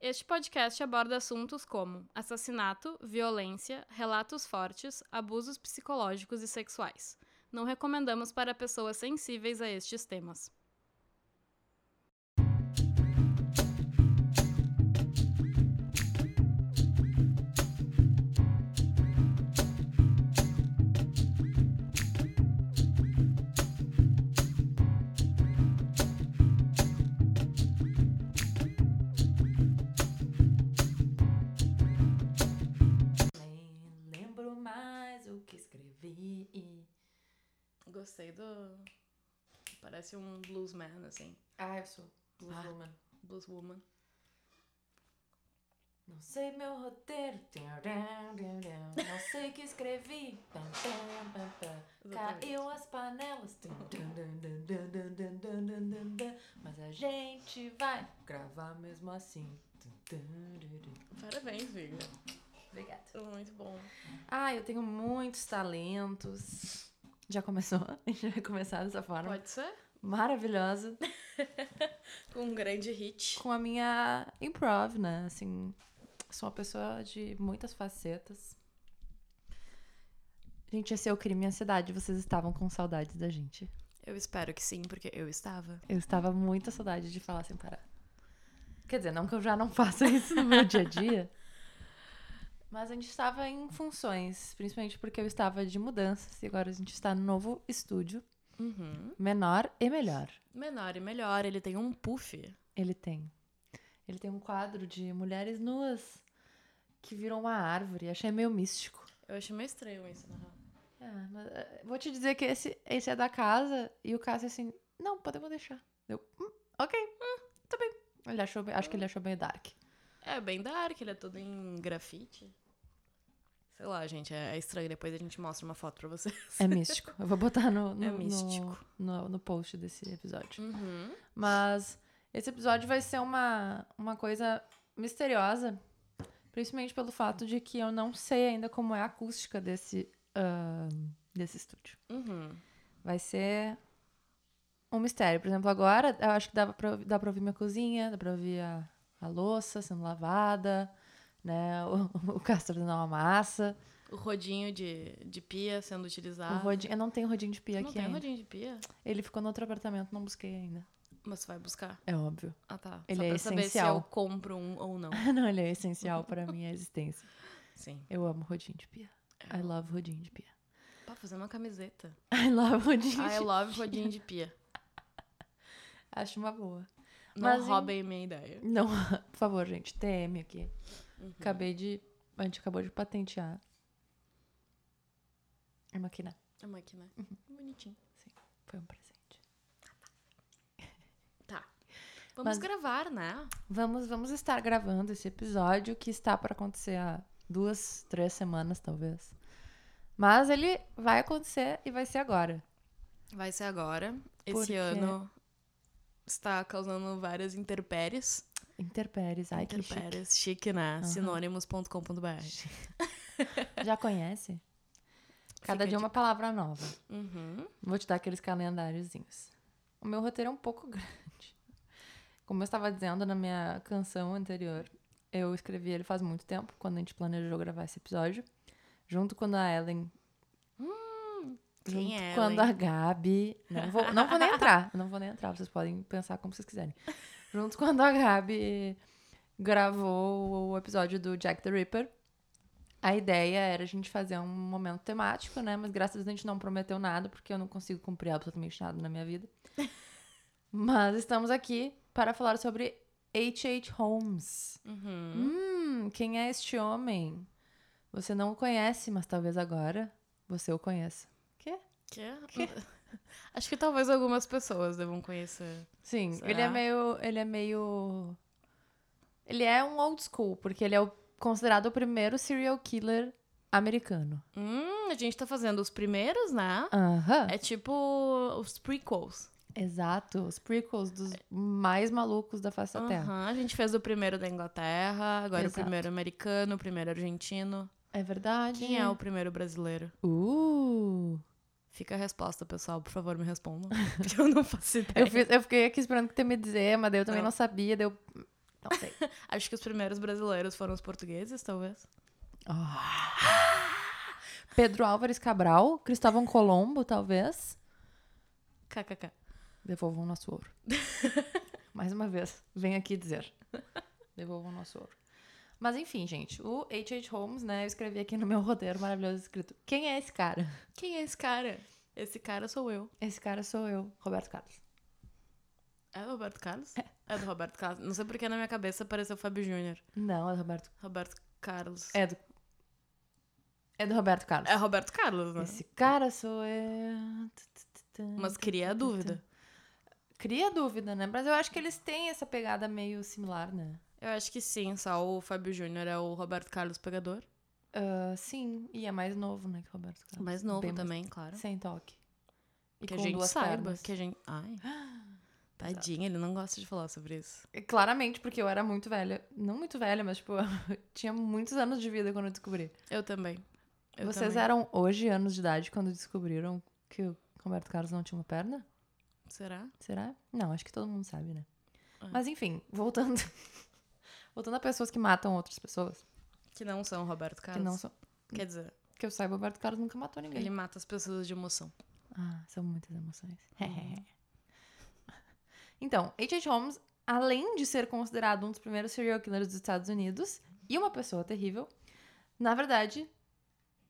Este podcast aborda assuntos como assassinato, violência, relatos fortes, abusos psicológicos e sexuais. Não recomendamos para pessoas sensíveis a estes temas. Nem lembro mais o que escrevi. Gostei do. Parece um bluesman, assim. Ah, eu sou Ah. blueswoman. Blueswoman. Não sei meu roteiro. Não sei o que escrevi. Pam, pam, pam, pam. Exatamente. Caiu as panelas. Mas a gente vai gravar mesmo assim. Parabéns, Viga. Obrigada. Muito bom. Ah, eu tenho muitos talentos. Já começou? A gente vai começar dessa forma Pode ser? maravilhosa Um grande hit. com a minha improv, né? Assim, sou uma pessoa de muitas facetas. Gente, esse é o crime e a ansiedade. Vocês estavam com saudades da gente. Eu espero que sim, porque eu estava. Eu estava com muita saudade de falar sem parar. Quer dizer, não que eu já não faça isso no meu dia a dia. Mas a gente estava em funções, principalmente porque eu estava de mudanças e agora a gente está no novo estúdio. Uhum. Menor e melhor. Menor e melhor, ele tem um puff. Ele tem. Ele tem um quadro de mulheres nuas que viram uma árvore. Achei meio místico. Eu achei meio estranho isso, na real. É, mas, eh, vou te dizer que esse, esse é da casa e o Cássio assim, não, podemos deixar. Eu, "Hum, ok, hum, tá bem. Ele achou, bem- acho que ele achou meio dark. É bem dark, ele é todo em grafite. Sei lá, gente, é, é estranho. Depois a gente mostra uma foto pra vocês. É místico. Eu vou botar no, no, É no- místico. no, no post desse episódio. Uhum. Mas esse episódio vai ser uma, uma coisa misteriosa, principalmente pelo fato de que eu não sei ainda como é a acústica desse, ah, desse estúdio. Uhum. Vai ser um mistério. Por exemplo, agora eu acho que dá pra, ouvi- dá pra ouvir minha cozinha, dá pra ouvir a, a louça sendo lavada, né? O, o Castro dando uma massa. O rodinho de, de pia sendo utilizado. O rodinho, eu não tenho rodinho de pia Ah. Não aqui tem um ainda. rodinho de pia? Ele ficou no outro apartamento, não busquei ainda. Mas você vai buscar. É óbvio. Ah, tá. Ele Só é pra saber se eu essencial. compro um ou não. não, ele é essencial pra minha existência. Sim. Eu amo rodinho de pia. I love rodinho de pia. Pra fazer uma camiseta. I love rodinho I de love rodinho de pia. Acho uma boa. Não Mas em- roubem minha ideia. Não, por favor, gente, TM aqui. Acabei de. A gente acabou de patentear. A É máquina. A máquina. Uhum. Bonitinho. Foi um presente. Tá. Vamos Mas- gravar, né? Vamos, vamos estar gravando esse episódio que está para acontecer há duas, três semanas, talvez. Mas ele vai acontecer e vai ser agora. Vai ser agora. Esse Porque- ano está causando várias interpéries. Interpéries. Ai, que chique. Interpéries, chique, né? Sinônimos.com.br. Já conhece? Cada Fica dia de- uma palavra nova. Uhum. Vou te dar aqueles calendáriozinhos. O meu roteiro é um pouco grande. Como eu estava dizendo na minha canção anterior, eu escrevi ele faz muito tempo, quando a gente planejou gravar esse episódio. Junto com a Ellen. Quem junto é com Ellen? a Gabi. Não vou, não vou nem entrar. Não vou nem entrar. Vocês podem pensar como vocês quiserem. Junto quando a Gabi gravou o episódio do Jack the Ripper. A ideia era a gente fazer um momento temático, né? Mas graças a Deus a gente não prometeu nada, porque eu não consigo cumprir absolutamente nada na minha vida. Mas estamos aqui para falar sobre H.H. Holmes. Uhum. Hum, quem é este homem? Você não o conhece, mas talvez agora você o conheça. Quê? Que? Acho que talvez algumas pessoas devam conhecer. Sim, Será? ele é meio. Ele é meio. Ele é um old school, porque ele é o- considerado o primeiro serial killer americano. Hum, a gente tá fazendo os primeiros, né? Aham. É tipo os prequels. É Exato. Os prequels dos mais malucos da face da Terra. Aham, a gente fez o primeiro da Inglaterra, agora Exato. o primeiro americano, o primeiro argentino. É verdade. Quem é o primeiro brasileiro? Uh! Fica a resposta, pessoal. Por favor, me respondam. Porque eu não faço ideia. Ah. Eu, fiz- eu fiquei aqui esperando que tu ia me dizer, mas daí eu também não, Não. sabia. Daí eu... Não sei. Acho que os primeiros brasileiros foram os portugueses, talvez. Ah. Pedro Álvares Cabral, Cristóvão Colombo, talvez. KKK. Devolvam nosso ouro. Mais uma vez, vem aqui dizer. Devolvam nosso ouro. Mas enfim, gente, o H.H. Holmes, né? Eu escrevi aqui no meu roteiro maravilhoso escrito: Quem é esse cara? Quem é esse cara? Esse cara sou eu. Esse cara sou eu, Roberto Carlos. É do Roberto Carlos? É, do Roberto Carlos. Não sei porque na minha cabeça apareceu Fábio Júnior. Não, é do Roberto. Roberto Carlos. É do. É do Roberto Carlos. É Roberto Carlos, né? Esse é um cara sou eu. Tu, tu, tu, tu. Mas queria a dúvida. Cria dúvida, né? Mas eu acho que eles têm essa pegada meio similar, né? Eu acho que sim, só o Fábio Júnior é o Roberto Carlos pegador. Ah, sim, e é mais novo, né, que o Roberto Carlos. Mais novo Bem mais- também, claro. Sem toque. E que a com gente duas saiba. pernas. Que a gente. Ai. Tadinho, ele não gosta de falar sobre isso. E Claramente, porque eu era muito velha. Não muito velha, mas tipo, eu tinha muitos anos de vida quando eu descobri. Eu também. Eu Vocês também. eram hoje anos de idade quando descobriram que o Roberto Carlos não tinha uma perna? Será? Será? Não, acho que todo mundo sabe, né? É. Mas enfim, voltando. voltando a pessoas que matam outras pessoas. Que não são Roberto Carlos. Que não são. Quer dizer, Que eu saiba, o Roberto Carlos nunca matou ninguém. ele mata as pessoas de emoção. Ah, são muitas emoções. É. então, H.H. Holmes, além de ser considerado um dos primeiros serial killers dos Estados Unidos e uma pessoa terrível, na verdade,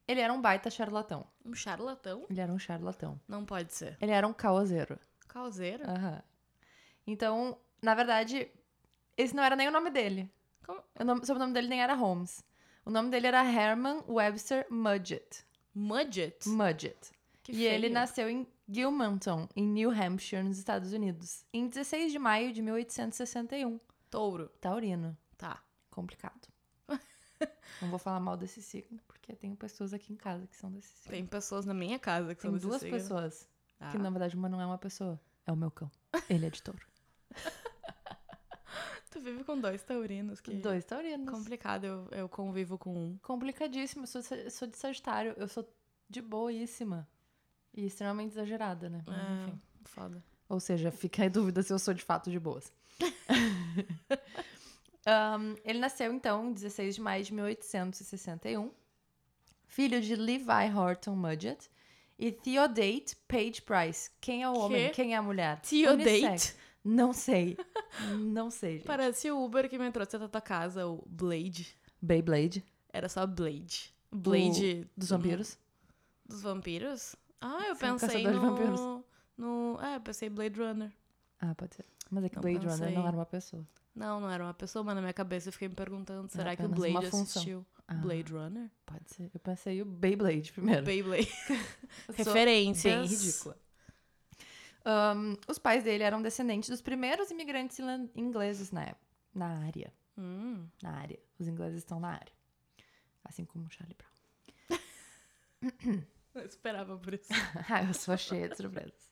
ele era um baita charlatão. Um charlatão? Ele era um charlatão. Não pode ser. Ele era um caoseiro. Causeiro? Aham. Então, na verdade, esse não era nem o nome dele. Como? O nome, o sobrenome dele nem era Holmes. O nome dele era Herman Webster Mudgett. Mudget? Mudgett. Que e feio. ele nasceu em Gilmanton, em New Hampshire, nos Estados Unidos, em 16 de maio de 1861. Touro. Taurino. Tá. Complicado. Não vou falar mal desse signo, porque tem pessoas aqui em casa que são desse signo. Tem pessoas na minha casa que Tem são desse duas signo. pessoas, Ah, que na verdade uma não é uma pessoa, é o meu cão. Ele é de touro. Tu vive com dois taurinos. Que Dois taurinos. Complicado, eu, eu convivo com um. Complicadíssimo. Eu sou, sa- sou de Sagitário, eu sou de boíssima. E extremamente exagerada, né? Mas, enfim. É, foda. Ou seja, fica em dúvida se eu sou de fato de boas. Ahn, ele nasceu, então, em 16 de maio de 1861, filho de Levi Horton Mudgett e Theodate Page Price. Quem é o Quê? homem? Quem é a mulher? Unissex. Não sei. Não sei, gente. Parece o Uber que me trouxe até tua casa, o Blade. Beyblade, Era só Blade. Blade dos vampiros. Dos vampiros? Ah, eu Sim, pensei Caçador de no... Vampiros. No... É, eu pensei Blade Runner. Ah, pode ser. Mas é que Não Blade Runner pensei. não era uma pessoa. Não, não era uma pessoa, mas na minha cabeça eu fiquei me perguntando, será que o apenas uma Blade função. assistiu Ah, Blade Runner? Pode ser. Eu pensei o Beyblade primeiro. Beyblade. Eu sou- Referência, bem é ridícula. Ahn, os pais dele eram descendentes dos primeiros imigrantes ilan- ingleses na, ép- na área. Hum, Na área. Os ingleses estão na área. Assim como o Charlie Brown. eu esperava por isso. Ah, eu sou cheia de surpresas.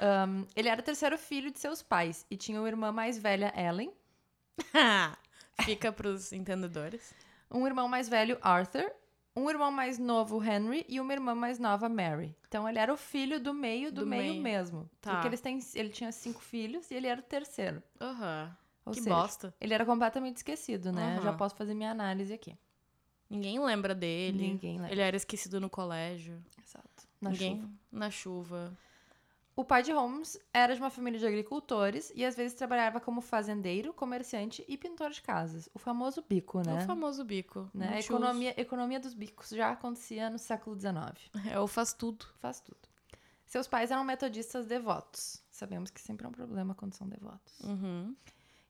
Ahn, ele era o terceiro filho de seus pais e tinha uma irmã mais velha, Ellen, Fica pros entendedores. um irmão mais velho, Arthur, um irmão mais novo, Henry, e uma irmã mais nova, Mary. Então ele era o filho do meio do, Do meio, meio. mesmo. Tá. Porque eles têm, ele tinha cinco filhos e ele era o terceiro. Aham. Ou Que seja, bosta. Ele era completamente esquecido, né? Eu Já Aham. posso fazer minha análise aqui. Ninguém lembra dele. Ninguém lembra. Ele era esquecido no colégio. Exato. Na Ninguém chuva. na chuva. O pai de Holmes era de uma família de agricultores e às vezes trabalhava como fazendeiro, comerciante e pintor de casas. O famoso bico, É né? O famoso bico. Né? A Multiuso. Economia, economia dos bicos já acontecia no século XIX. É o faz tudo. Faz tudo. Seus pais eram metodistas devotos. Sabemos que sempre é um problema quando são devotos. Uhum.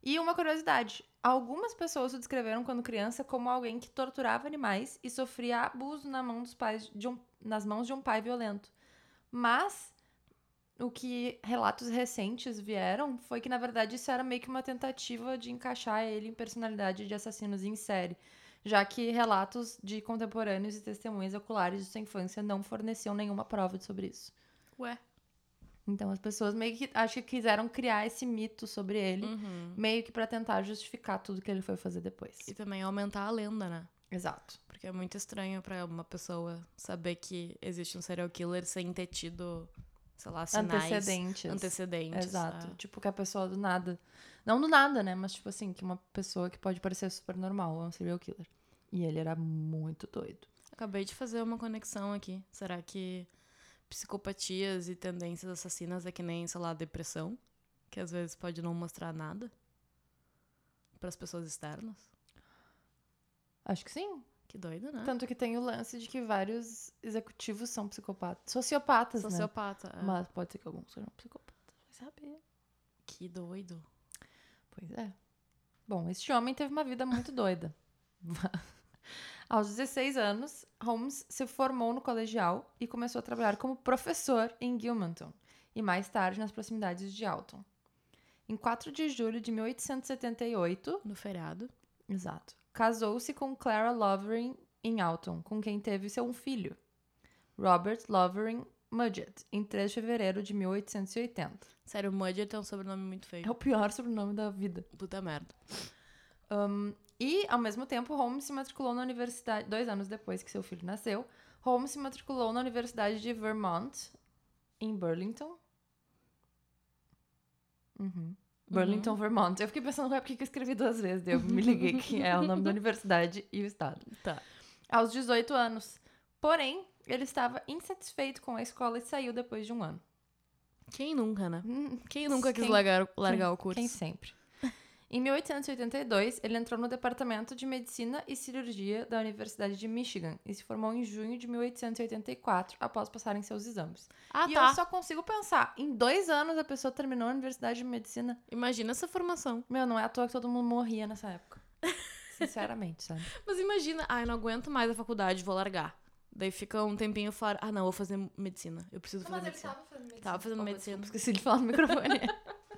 E uma curiosidade: algumas pessoas o descreveram quando criança como alguém que torturava animais e sofria abuso na mão dos pais de um- nas mãos de um pai violento. Mas o que relatos recentes vieram foi que, na verdade, isso era meio que uma tentativa de encaixar ele em personalidade de assassinos em série, já que relatos de contemporâneos e testemunhas oculares de sua infância não forneciam nenhuma prova sobre isso. Ué. Então as pessoas meio que acho que quiseram criar esse mito sobre ele Uhum. meio que pra tentar justificar tudo que ele foi fazer depois. E também aumentar a lenda, né? Exato. Porque é muito estranho pra uma pessoa saber que existe um serial killer sem ter tido, sei lá, sinais. Antecedentes. é. Antecedentes. Exato. Tipo que a pessoa do nada Não do nada, né? Mas, tipo assim, que uma pessoa que pode parecer super normal é um serial killer. E ele era muito doido. Acabei de fazer uma conexão aqui. Será que psicopatias e tendências assassinas é que nem, sei lá, depressão? Que às vezes pode não mostrar nada para as pessoas externas? Acho que sim. Que doido, né? Tanto que tem o lance de que vários executivos são psicopatas. Sociopatas, né? Sociopata. é. Mas pode ser que alguns sejam psicopatas. Vai saber. Que doido. Pois é. Bom, este homem teve uma vida muito doida. Aos 16 anos, Holmes se formou no colegial e começou a trabalhar como professor em Gilmanton e mais tarde nas proximidades de Alton. Em 4 de julho de 1878, No feriado. Exato. Casou-se com Clara Lovering em Alton, com quem teve seu um filho, Robert Lovering Mudgett, em 3 de fevereiro de 1880. Sério, Mudger tem um sobrenome muito feio. É o pior sobrenome da vida. Puta merda. E, ao mesmo tempo, Holmes se matriculou na universidade. Dois anos depois que seu filho nasceu, Holmes se matriculou na Universidade de Vermont, em Burlington. Uhum. Burlington, Vermont. Eu fiquei pensando, ué, por que que eu escrevi duas vezes? Daí Eu me liguei que é o nome da universidade e o estado. Tá. aos 18 anos. Porém, ele estava insatisfeito com a escola e saiu depois de um ano. Quem nunca, né? Hum, Quem nunca quis Quem- largar, largar o curso? Quem sempre. Em 1882, ele entrou no Departamento de Medicina e Cirurgia da Universidade de Michigan e se formou em junho de 1884, após passarem seus exames. Ah, e tá. eu só consigo pensar, em dois anos a pessoa terminou a Universidade de Medicina. Imagina essa formação. Meu, não é à toa que todo mundo morria nessa época. Sinceramente, sabe? Mas imagina, ai, não aguento mais a faculdade, vou largar. Daí fica um tempinho fora. Ah, não, vou fazer medicina. Eu preciso fazer medicina. fazendo medicina. Tava fazendo medicina. Esqueci de falar no microfone.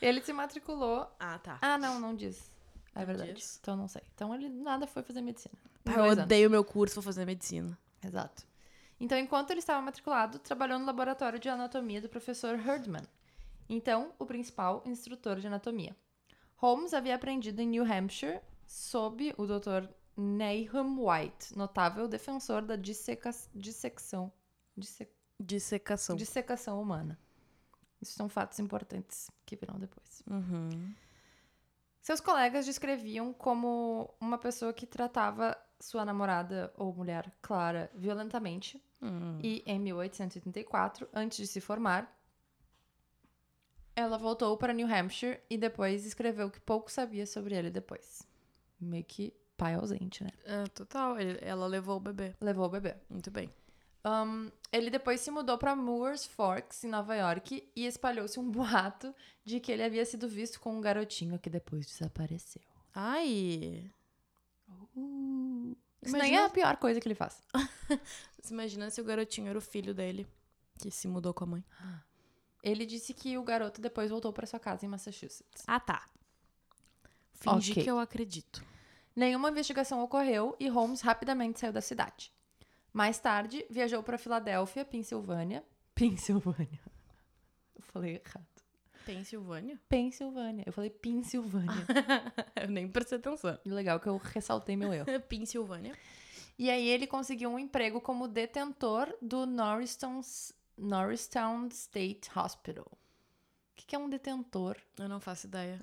ele se matriculou Ah, tá. Ah, não, não diz. É Não verdade. diz. Então não sei. Então ele nada foi fazer medicina. Pai, Dois eu anos. odeio meu curso, vou fazer medicina. Exato. Então, enquanto ele estava matriculado, trabalhou no laboratório de anatomia do professor Herdman, então o principal instrutor de anatomia. Holmes havia aprendido em New Hampshire sob o Dr. Nahum White, notável defensor da disseca dissecção, disse- Dissecação. dissecação humana. Isso são fatos importantes que virão depois. Uhum. Seus colegas descreviam como uma pessoa que tratava sua namorada ou mulher Clara violentamente. Hum. E em 1884, antes de se formar, ela voltou para New Hampshire e depois escreveu que pouco sabia sobre ele depois. Meio que pai ausente, né? É, total, ele- ela levou o bebê. Levou o bebê. Muito bem. Ahn, ele depois se mudou para Moores Forks, em Nova York, e espalhou-se um boato de que ele havia sido visto com um garotinho que depois desapareceu. Ai. Isso Imagina- nem é a pior coisa que ele faz. Você imagina se o garotinho era o filho dele, que se mudou com a mãe. Ele disse que o garoto depois voltou para sua casa em Massachusetts. Ah, tá. Fingi Ok. que eu acredito. Nenhuma investigação ocorreu e Holmes rapidamente saiu da cidade. Mais tarde, viajou para Filadélfia, Pensilvânia. Pensilvânia. Eu falei errado. Pensilvânia? Pensilvânia. Eu falei Pensilvânia. eu nem prestei atenção. E Legal que eu ressaltei meu erro. É Pensilvânia. E aí ele conseguiu um emprego como detentor do Norristown, Norristown State Hospital. O que que é um detentor? Eu não faço ideia.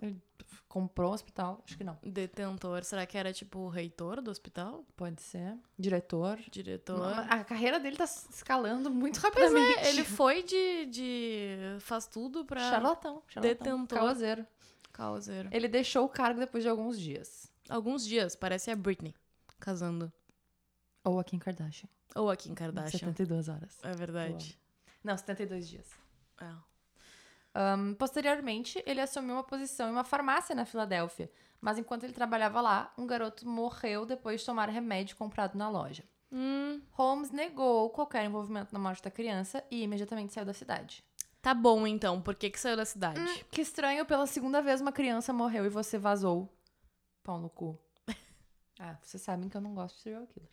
Comprou um hospital? Acho que não. Detentor, será que era tipo o reitor do hospital? Pode ser. Diretor. Diretor? A carreira dele tá se escalando muito Pois rapidamente. é, ele foi de, de. faz tudo pra. Charlatão, charlatão. Detentor. Causeiro. Causeiro. Ele deixou o cargo depois de alguns dias. Alguns dias, parece a Britney casando. Ou a Kim Kardashian. Ou a Kim em Kardashian. 72 horas. É verdade. Não, 72 dias. É. Hum, posteriormente, ele assumiu uma posição em uma farmácia na Filadélfia. Mas enquanto ele trabalhava lá, um garoto morreu depois de tomar remédio comprado na loja. Hum, Holmes negou qualquer envolvimento na morte da criança e imediatamente saiu da cidade. tá bom então, por que que saiu da cidade? Hum, que estranho, pela segunda vez uma criança morreu e você vazou. Pau no cu. Ah, vocês sabem que eu não gosto de serial killer.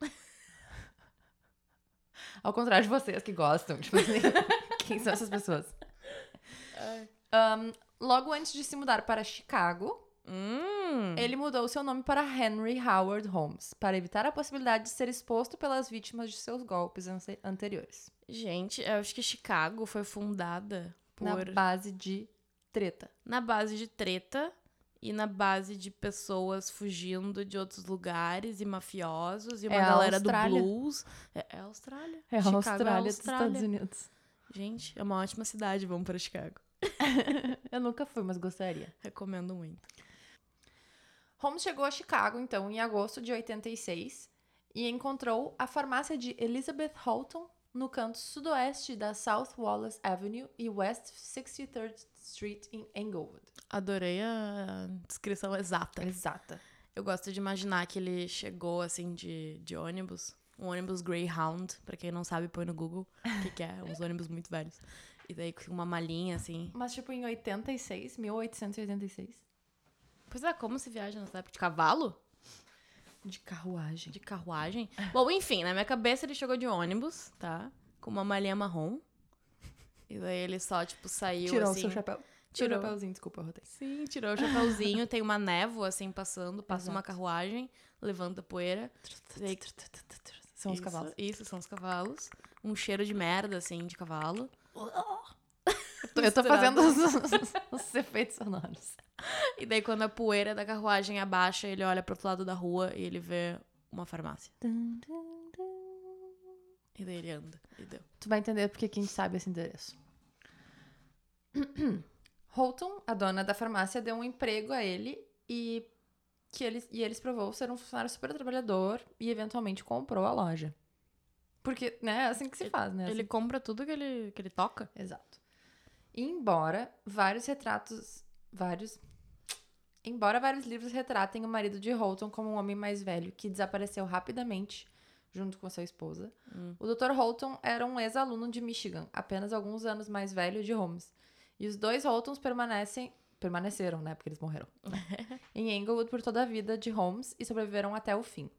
Ao contrário de vocês que gostam. Tipo assim, quem são essas pessoas? Ahn, logo antes de se mudar para Chicago, Hum. ele mudou seu nome para Henry Howard Holmes, para evitar a possibilidade de ser exposto pelas vítimas de seus golpes ante- anteriores. Gente, eu acho que Chicago foi fundada por. Na base de treta. Na base de treta e na base de pessoas fugindo de outros lugares e mafiosos e uma É a galera Austrália. do blues. É, é a Austrália. É a Chicago Austrália, dos Estados Austrália. Unidos. Gente, é uma ótima cidade, vamos pra Chicago. Eu nunca fui, mas gostaria. Recomendo muito. Holmes chegou a Chicago, então, em agosto de 86 e encontrou a farmácia de Elizabeth Houghton no canto sudoeste da South Wallace Avenue e West 63rd Street em Englewood. Adorei a descrição Tá. exata. Exata. Eu gosto de imaginar que ele chegou assim de, de ônibus, um ônibus Greyhound, pra quem não sabe, põe no Google o que, que é, uns ônibus muito velhos. E daí com uma malinha assim. Mas, tipo, em 86, 1886, Pois é, como se viaja nessa época? De cavalo? de carruagem. De carruagem? Bom, enfim, na minha cabeça ele chegou de ônibus, tá? Com uma malinha marrom. E daí ele só, tipo, saiu Tirou assim. o seu chapéu. Tirou. Seu chapéuzinho, desculpa, eu rotei. Sim, tirou o chapéuzinho, tem uma névoa assim passando, passa uma Exato. carruagem, levanta poeira. Daí São os Isso, cavalos. Isso, são os cavalos. Um cheiro de merda, assim, de cavalo. Eu tô Misturado. fazendo os, os- os efeitos sonoros. E daí, quando a poeira da carruagem abaixa, ele olha pro outro lado da rua e ele vê uma farmácia. E daí ele anda. E deu. Tu vai entender porque quem sabe esse endereço. Holton, a dona da farmácia, deu um emprego a ele e que ele, e eles provou ser um funcionário super trabalhador e eventualmente comprou a loja. Porque, né, é assim que se faz, né? Ele compra tudo que ele, que ele toca. Exato. Embora vários retratos. Vários. Embora vários livros retratem o marido de Holton como um homem mais velho que desapareceu rapidamente junto com sua esposa, Hum. o Dr. Holton era um ex-aluno de Michigan, apenas alguns anos mais velho de Holmes. E os dois Holtons permanecem. Permaneceram, né? Porque eles morreram. em Englewood por toda a vida de Holmes e sobreviveram até o fim.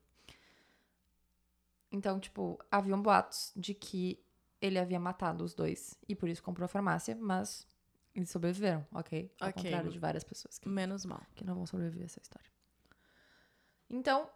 Então, tipo, haviam boatos de que ele havia matado os dois e por isso comprou a farmácia, mas eles sobreviveram, ok? Ao Ok. contrário de várias pessoas que, Menos mal. que não vão sobreviver a essa história. Então,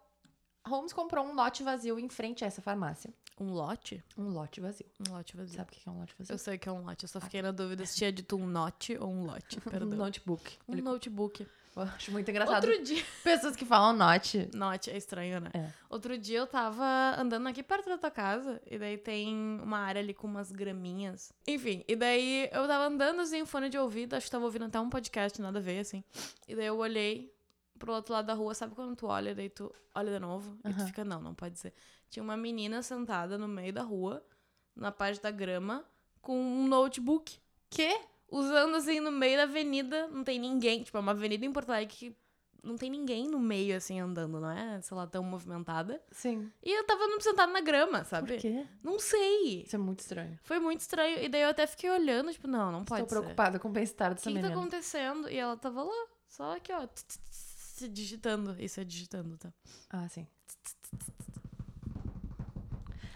Holmes comprou um lote vazio em frente a essa farmácia. Um lote? Um lote vazio. Um lote vazio. Sabe o que é um lote vazio? Eu sei que é um lote, eu só fiquei na dúvida se tinha dito um note ou um lote. um Perdão. notebook. Um Ele- notebook. Eu acho muito engraçado. Outro dia. Pessoas que falam note. Note, é estranho, né? É. Outro dia eu tava andando aqui perto da tua casa, e daí tem uma área ali com umas graminhas. Enfim, e daí eu tava andando assim, fone de ouvido, acho que tava ouvindo até um podcast, nada a ver, assim. E daí eu olhei pro outro lado da rua, sabe quando tu olha, daí tu olha de novo, e tu Aham. fica, não, não pode ser. Tinha uma menina sentada no meio da rua, na parte da grama, com um notebook Que? usando assim no meio da avenida, não tem ninguém, tipo, é uma avenida em Porto Alegre que não tem ninguém no meio assim andando, não é? Sei lá, tão movimentada. Sim. E eu tava sentada na grama, Por sabe? quê? Não sei. Isso é muito estranho. Foi muito estranho e daí eu até fiquei olhando, tipo, não, não pode Estou ser. preocupada com o bem-estar O dessa que, que tá menina. acontecendo? E ela tava lá, só aqui, ó, tss, tss, tss, se digitando. Isso é digitando, tá? Ah, sim.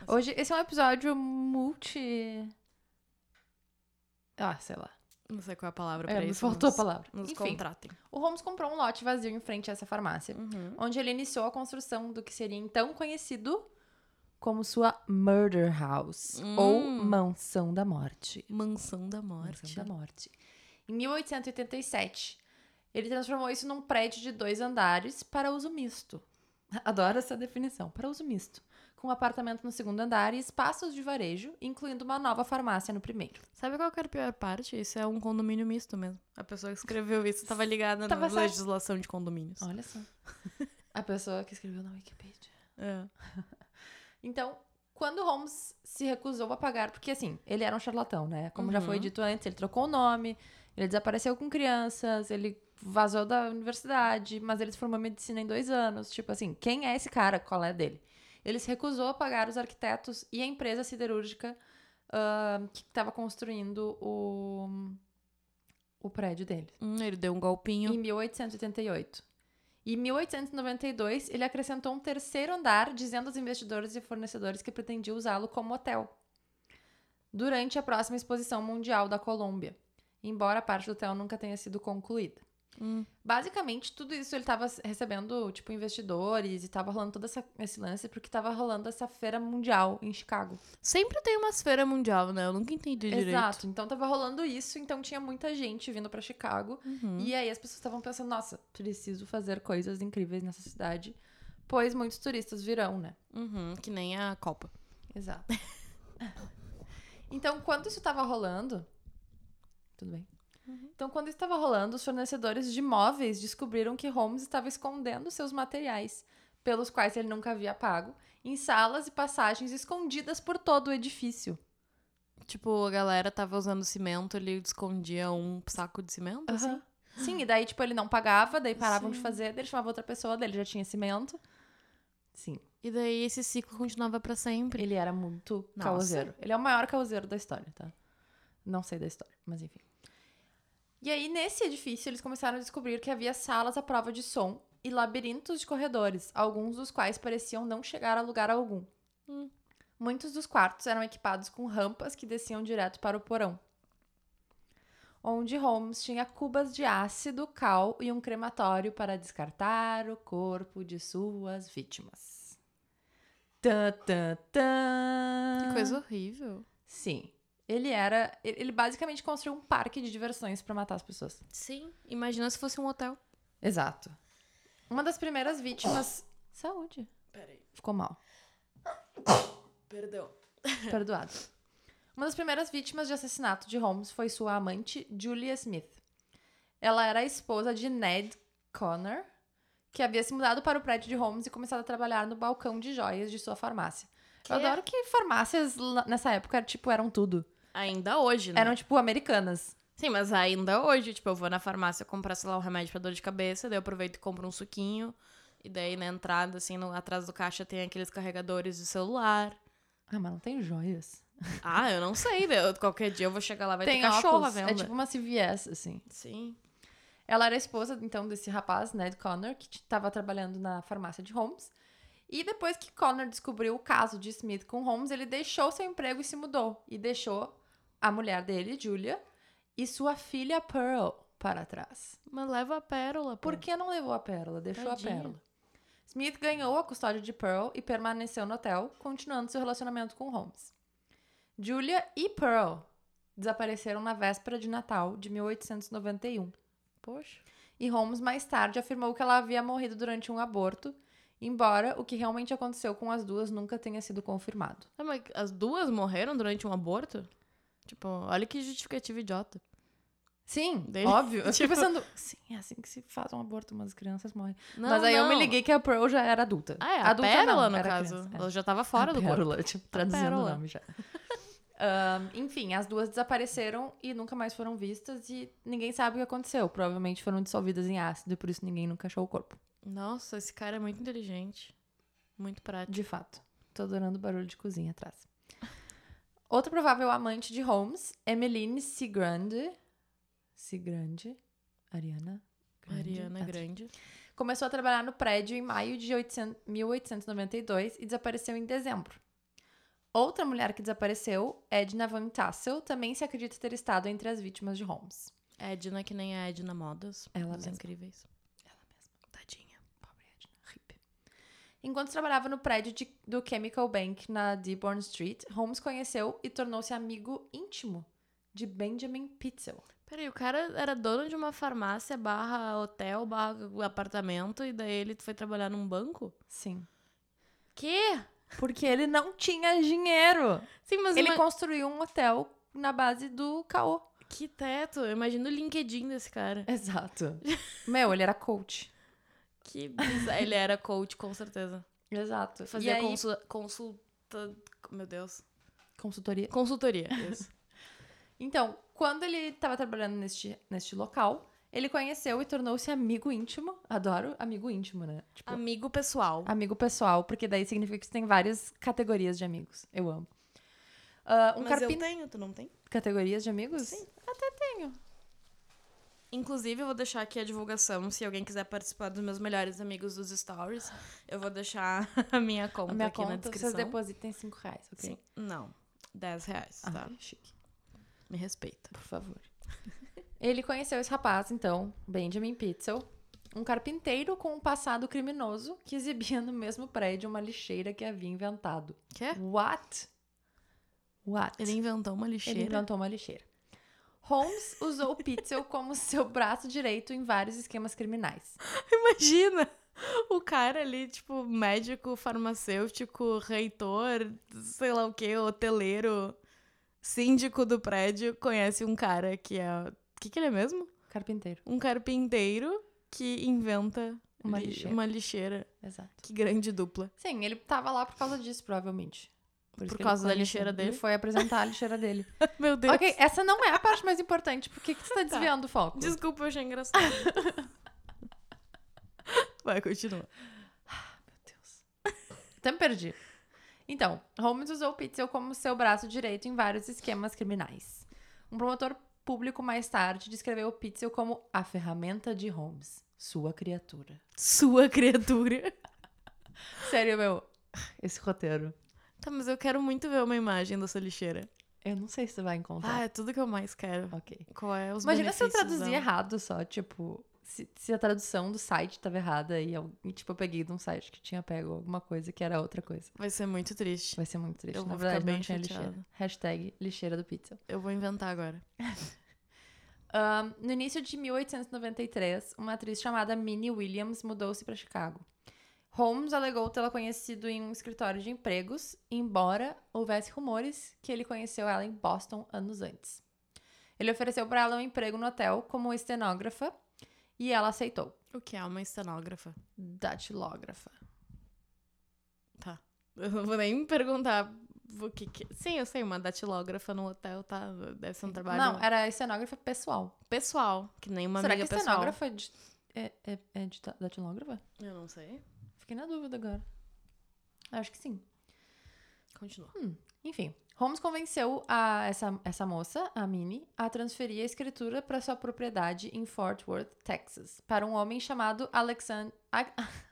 Hoje, esse é um episódio multi. Ah, sei lá. Não sei qual é a palavra É, pra me isso. faltou a nos- palavra. Nos Enfim, contratem. o Holmes comprou um lote vazio em frente a essa farmácia, Uhum. onde ele iniciou a construção do que seria então conhecido como sua Murder House, ou Hum. Mansão da Morte. Mansão da Mansão Morte. da Morte. Em 1887, ele transformou isso num prédio de dois andares para uso misto. Adoro essa definição, para uso misto. Com um apartamento no segundo andar e espaços de varejo, incluindo uma nova farmácia no primeiro. Sabe qual que era a pior parte? Isso é um condomínio misto mesmo. A pessoa que escreveu isso tava ligada Tava na certo. legislação de condomínios. Olha só. A pessoa que escreveu na Wikipedia. É. Então, quando Holmes se recusou a pagar, porque assim, ele era um charlatão, né? Como já foi Uhum. dito antes, ele trocou o nome, ele desapareceu com crianças, ele vazou da universidade, mas ele se formou em medicina em dois anos. Tipo assim, quem é esse cara? Qual é dele? Ele se recusou a pagar os arquitetos e a empresa siderúrgica ah, que estava construindo o, o prédio dele Hum, ele deu um golpinho. em 1888. Em 1892, ele acrescentou um terceiro andar, dizendo aos investidores e fornecedores que pretendia usá-lo como hotel. Durante a próxima exposição mundial da Colômbia, embora a parte do hotel nunca tenha sido concluída. Hum. Basicamente, tudo isso ele tava recebendo, tipo, investidores e tava rolando todo essa- esse lance porque tava rolando essa feira mundial em Chicago. Sempre tem umas feiras mundial, né? Eu nunca entendi direito. Exato. Então tava rolando isso, então tinha muita gente vindo pra Chicago. Uhum. E aí as pessoas estavam pensando, nossa, preciso fazer coisas incríveis nessa cidade, pois muitos turistas virão, né? Uhum, que nem a Copa. Exato. então, quando isso tava rolando. Tudo bem. Então, quando isso estava rolando, os fornecedores de móveis descobriram que Holmes estava escondendo seus materiais, pelos quais ele nunca havia pago, em salas e passagens escondidas por todo o edifício. Tipo, a galera tava usando cimento, ele escondia um saco de cimento, assim. Aham. Sim, e daí, tipo, ele não pagava, daí paravam de Sim. fazer, daí ele chamava outra pessoa, daí ele já tinha cimento. Sim, E daí esse ciclo continuava pra sempre. ele era muito Nossa. causeiro. Ele é o maior causeiro da história, tá? Não sei da história, mas enfim. E aí, nesse edifício, eles começaram a descobrir que havia salas à prova de som e labirintos de corredores, alguns dos quais pareciam não chegar a lugar algum. Hum. Muitos dos quartos eram equipados com rampas que desciam direto para o porão. Onde Holmes tinha cubas de ácido, cal e um crematório para descartar o corpo de suas vítimas. Tan, tan, tan. Que coisa horrível. Sim. Ele era. Ele ele basicamente construiu um parque de diversões pra matar as pessoas. Sim. Imagina se fosse um hotel. Exato. Uma das primeiras vítimas. Saúde. Peraí, Ficou mal. perdão. Perdoado. Uma das primeiras vítimas de assassinato de Holmes foi sua amante, Julia Smith. Ela era a esposa de Ned Connor, que havia se mudado para o prédio de Holmes e começado a trabalhar no balcão de joias de sua farmácia. Quê? Eu adoro que farmácias lá- nessa época era, tipo, eram tudo. Ainda hoje, né? Eram, tipo, americanas. um- Sim, mas ainda hoje, tipo, eu vou na farmácia comprar, sei lá, um remédio pra dor de cabeça, daí eu aproveito e compro um suquinho. E daí na entrada, assim, no- atrás do caixa tem aqueles carregadores de celular. Ah, mas não tem joias. Ah, eu não sei, né? Eu- qualquer dia eu vou chegar lá, vai ter óculos, cachorro à venda. É tipo uma CVS, assim. Sim. Ela era esposa, então, desse rapaz, Ned Connor, que estava trabalhando na farmácia de Holmes. E depois que Connor descobriu o caso de Smith com Holmes, ele deixou seu emprego e se mudou. E deixou a mulher dele, Julia, e sua filha Pearl para trás. Mas leva a pérola, pô. Por que não levou a Pérola? Deixou Tá. Tadinha. a Pérola. Smith ganhou a custódia de Pearl e permaneceu no hotel, continuando seu relacionamento com Holmes. Julia e Pearl desapareceram na véspera de Natal de 1891. Poxa. E Holmes mais tarde afirmou que ela havia morrido durante um aborto, embora o que realmente aconteceu com as duas nunca tenha sido confirmado. Ah, mas as duas morreram durante um aborto? Tipo, olha que justificativa idiota. Sim, Dele- óbvio. Eu fiquei Tipo- pensando, sim, é assim que se faz um aborto, umas crianças morrem. Não, Mas aí eu me não. liguei que a Pearl já era adulta. Ah, é, a adulta pérola, não, no era caso. criança, é. Ela já tava fora A do corpo. pérola, tipo, traduzindo pérola. o nome já. Ahn, enfim, as duas desapareceram e nunca mais foram vistas e ninguém sabe o que aconteceu. Provavelmente foram dissolvidas em ácido e por isso ninguém nunca achou o corpo. Nossa, esse cara é muito inteligente. Muito prático. De fato. Tô adorando o barulho de cozinha atrás. Outra provável amante de Holmes, Emmeline Sigrande. Sigrande. Ariana. Mariana Ah, Grande. Começou a trabalhar no prédio em maio de 800 1892 e desapareceu em dezembro. Outra mulher que desapareceu, Edna Van Tassel, também se acredita ter estado entre as vítimas de Holmes. Edna, que nem a Edna Modas. Ela dos mesma. incríveis. Ela mesma. Tadinha. Pobre Edna, RIP. Enquanto trabalhava no prédio de- do Chemical Bank na Dearborn Street, Holmes conheceu e tornou-se amigo íntimo de Benjamin Pitzel. Peraí, o cara era dono de uma farmácia barra hotel, barra apartamento, e daí ele foi trabalhar num banco? Sim. Quê? Porque ele não tinha dinheiro. Sim, mas Ele ima- construiu um hotel na base do caô. que teto? Eu imagino o LinkedIn desse cara. Exato. Meu, ele era coach. Que bizarro. ele era coach, com certeza. Exato. Fazia e aí, consu- consulta. Meu Deus. consultoria. Consultoria. Isso. Então, quando ele estava trabalhando neste, neste local, ele conheceu e tornou-se amigo íntimo. Adoro amigo íntimo, né? Tipo, Amigo pessoal. Amigo pessoal, porque daí significa que você tem várias categorias de amigos. Eu amo. Ah, um Mas carpin... eu tenho, tu não tem? Categorias de amigos? Sim. Inclusive, eu vou deixar aqui a divulgação. Se alguém quiser participar dos meus melhores amigos dos stories, eu vou deixar a minha conta A minha aqui na conta, descrição. vocês depositem 5 reais, ok? Sim. Não. 10 reais, Ah, tá? chique. Me respeita. Por favor. Ele conheceu esse rapaz, então, Benjamin Pitzel, um carpinteiro com um passado criminoso que exibia no mesmo prédio uma lixeira que havia inventado. Quê? What? What? É. Ele inventou uma Ele lixeira. inventou uma lixeira. Holmes usou o Pitzel como seu braço direito em vários esquemas criminais. Imagina! O cara ali, tipo, médico, farmacêutico, reitor, sei lá o que, hoteleiro, síndico do prédio, conhece um cara que é. O que, que ele é mesmo? Carpinteiro, Um carpinteiro que inventa Uma li- lixeira. uma lixeira. exato. Que grande dupla. Sim, ele tava lá por causa disso, provavelmente. isso Por que ele causa da conheceu. lixeira Ele dele? foi apresentar a lixeira dele. Meu Deus. ok, essa não é a parte mais importante. Por que, que você tá desviando o foco? Desculpa, eu achei engraçado. Vai, continua. Deus. Até me perdi. Então, Holmes usou Pitzel como seu braço direito em vários esquemas criminais. Um promotor público mais tarde descreveu Pitzel como a ferramenta de Holmes, sua criatura. Sua criatura. Sério, meu, esse roteiro. Tá, mas eu quero muito ver uma imagem dessa lixeira. Eu não sei se você vai encontrar. Ah, é tudo que eu mais quero. ok. Qual é os Imagina se eu benefícios traduzir dela? errado só, tipo, se, se a tradução do site tava errada e, eu- e, tipo, eu peguei de um site que tinha pego alguma coisa que era outra coisa. Vai ser muito triste. Vai ser muito triste. Eu Na vou ficar verdade, não bem tinha chateada. lixeira. Hashtag lixeira do pizza. Eu vou inventar agora. Ahn, no início de 1893, uma atriz chamada Minnie Williams mudou-se para Chicago. Holmes alegou tê-la conhecido em um escritório de empregos, embora houvesse rumores que ele conheceu ela em Boston anos antes. Ele ofereceu para ela um emprego no hotel como estenógrafa e ela aceitou. O que é uma estenógrafa? Datilógrafa. Eu não vou nem perguntar o que que... Sim, eu sei, uma datilógrafa no hotel, tá? Deve ser um trabalho Não, era estenógrafa pessoal. pessoal, que nem uma Será que amiga pessoal. estenógrafa é, de, é, é, é de ta- datilógrafa? Eu não sei. Fiquei na dúvida agora. Acho que sim. Continua. Enfim, Holmes convenceu a essa, essa moça, a Minnie, a transferir a escritura para sua propriedade em Fort Worth, Texas, para um homem chamado Alexander.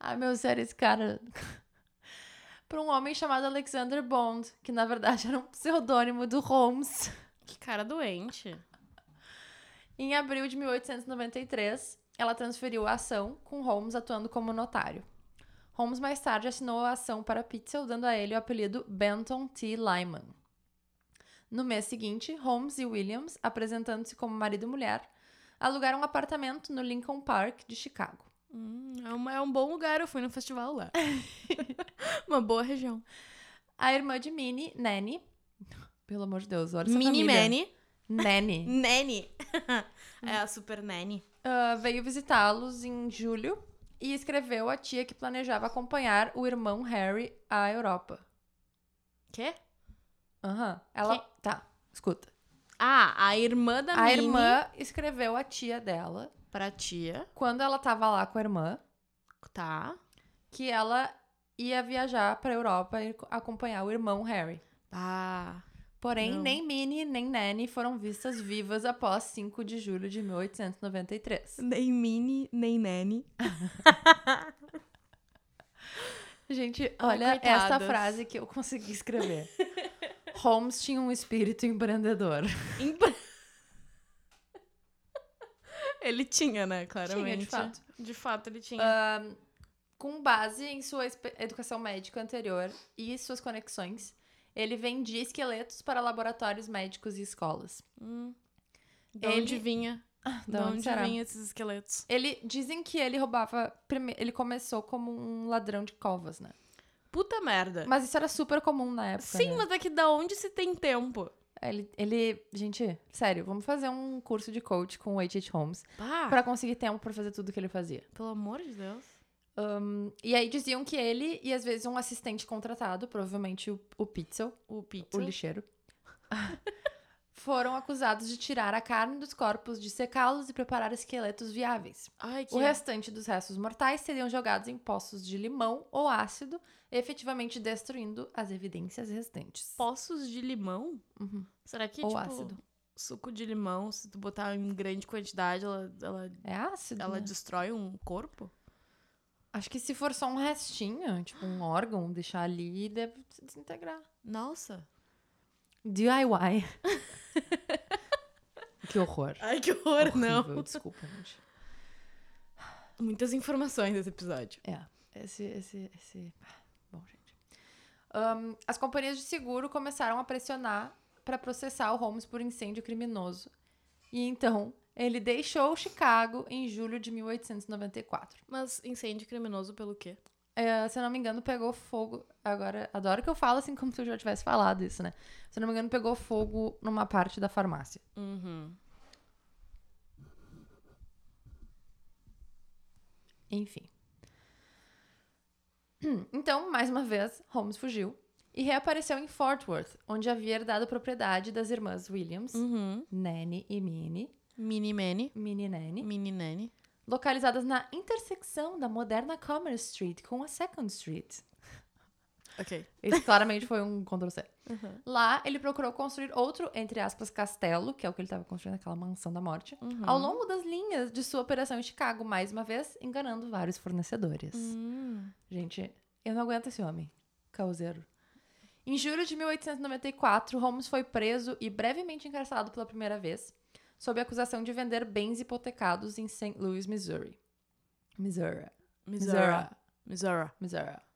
Ai, meu sério, esse cara. para um homem chamado Alexander Bond, que na verdade era um pseudônimo do Holmes. Hum, Que cara doente. Em abril de 1893, ela transferiu a ação, com Holmes atuando como notário. Holmes mais tarde assinou a ação para Pitzel, dando a ele o apelido Benton T. Lyman. No mês seguinte, Holmes e Williams, apresentando-se como marido e mulher, alugaram um apartamento no Lincoln Park de Chicago. Hum, é, uma- é um bom lugar, eu fui no festival lá. uma boa região. A irmã de Minnie, Nanny, pelo amor de Deus, olha essa Mini família. Manny. Nanny. Nanny. é a super Nanny. Ah, veio visitá-los em julho e escreveu à tia que planejava acompanhar o irmão Harry à Europa. Quê? Aham. Ela. Tá, escuta. Ah, a irmã da a Minnie irmã escreveu à tia dela, pra tia. quando ela tava lá com a irmã, Tá. que ela ia viajar pra Europa e acompanhar o irmão Harry. Ah. Porém, Não. nem Minnie nem Nanny foram vistas vivas após 5 de julho de 1893. Nem Mini, nem Nanny. Gente, Ai, olha essa coitadas. frase que eu consegui escrever. Holmes tinha um espírito empreendedor. Empre- ele tinha, né? Claramente. é Ah. fato. De fato, ele tinha. Com base em sua espe- educação médica anterior e suas conexões, ele vendia esqueletos para laboratórios médicos e escolas. Hum. De ele- onde vinha? De, Da Ah, onde, vinha esses esqueletos? Ele dizem que ele roubava. prime- Ele começou como um ladrão de covas, né? Puta merda. Mas isso era super comum na época. Sim, né? mas é que da onde se tem tempo? ele, ele. Gente, sério, vamos fazer um curso de coach com o H.H. Holmes Ah, para conseguir tempo para fazer tudo que ele fazia. pelo amor de Deus. E aí diziam que ele e às vezes um assistente contratado, provavelmente o, o Pitzel, O Pizza. o lixeiro, foram acusados de tirar a carne dos corpos, dissecá-los e preparar esqueletos viáveis. Ai, que... O restante dos restos mortais seriam jogados em poços de limão ou ácido, efetivamente destruindo as evidências restantes. Poços de limão? Uhum. Será que, Ou tipo, ácido. suco de limão, se tu botar em grande quantidade, ela, ela, É ácido? ela né? destrói um corpo? Acho que se for só um restinho, tipo um órgão, deixar ali, deve se desintegrar. Nossa. DIY. Que horror. Ai, que horror, Horrível, não. Desculpa, gente. Muitas informações nesse episódio. É. Esse, esse, esse. ah, Bom, gente. Ahn, as companhias de seguro começaram a pressionar para processar o Holmes por incêndio criminoso. E então, ele deixou Chicago em julho de 1894. Mas incêndio criminoso pelo quê? É, se eu não me engano, pegou fogo. Agora, adoro que eu falo assim como se eu já tivesse falado isso, né? Se eu não me engano, pegou fogo numa parte da farmácia. Uhum. Enfim. Hum, Então, mais uma vez, Holmes fugiu e reapareceu em Fort Worth, onde havia herdado propriedade das irmãs Williams, Uhum. Nanny e Minnie, Mini Manny. Minnie Nanny, Mini Nanny. localizadas na intersecção da moderna Commerce Street com a Second Street. Ok. Esse claramente foi um Ctrl-C. Lá, ele procurou construir outro, entre aspas, castelo, que é o que ele estava construindo, aquela mansão da morte, Uhum. ao longo das linhas de sua operação em Chicago, mais uma vez, enganando vários fornecedores. Hum. Gente, eu não aguento esse homem. Causeiro. Em julho de 1894, Holmes foi preso e brevemente encarcerado pela primeira vez, sob a acusação de vender bens hipotecados em St. Louis, Missouri. Missouri. Missouri. Missouri. Missouri.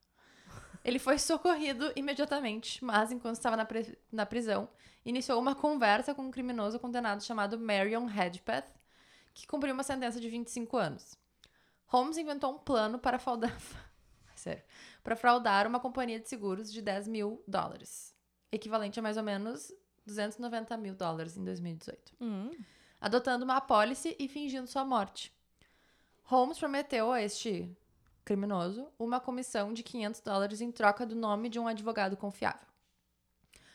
Ele foi socorrido imediatamente, mas enquanto estava na, pre- na prisão, iniciou uma conversa com um criminoso condenado chamado Marion Hedgepeth, que cumpriu uma sentença de 25 anos. Holmes inventou um plano para fraudar, Sério. para fraudar uma companhia de seguros de 10 mil dólares, equivalente a mais ou menos 290 mil dólares em 2018 Hum. adotando uma apólice e fingindo sua morte. Holmes prometeu a este criminoso uma comissão de 500 dólares em troca do nome de um advogado confiável.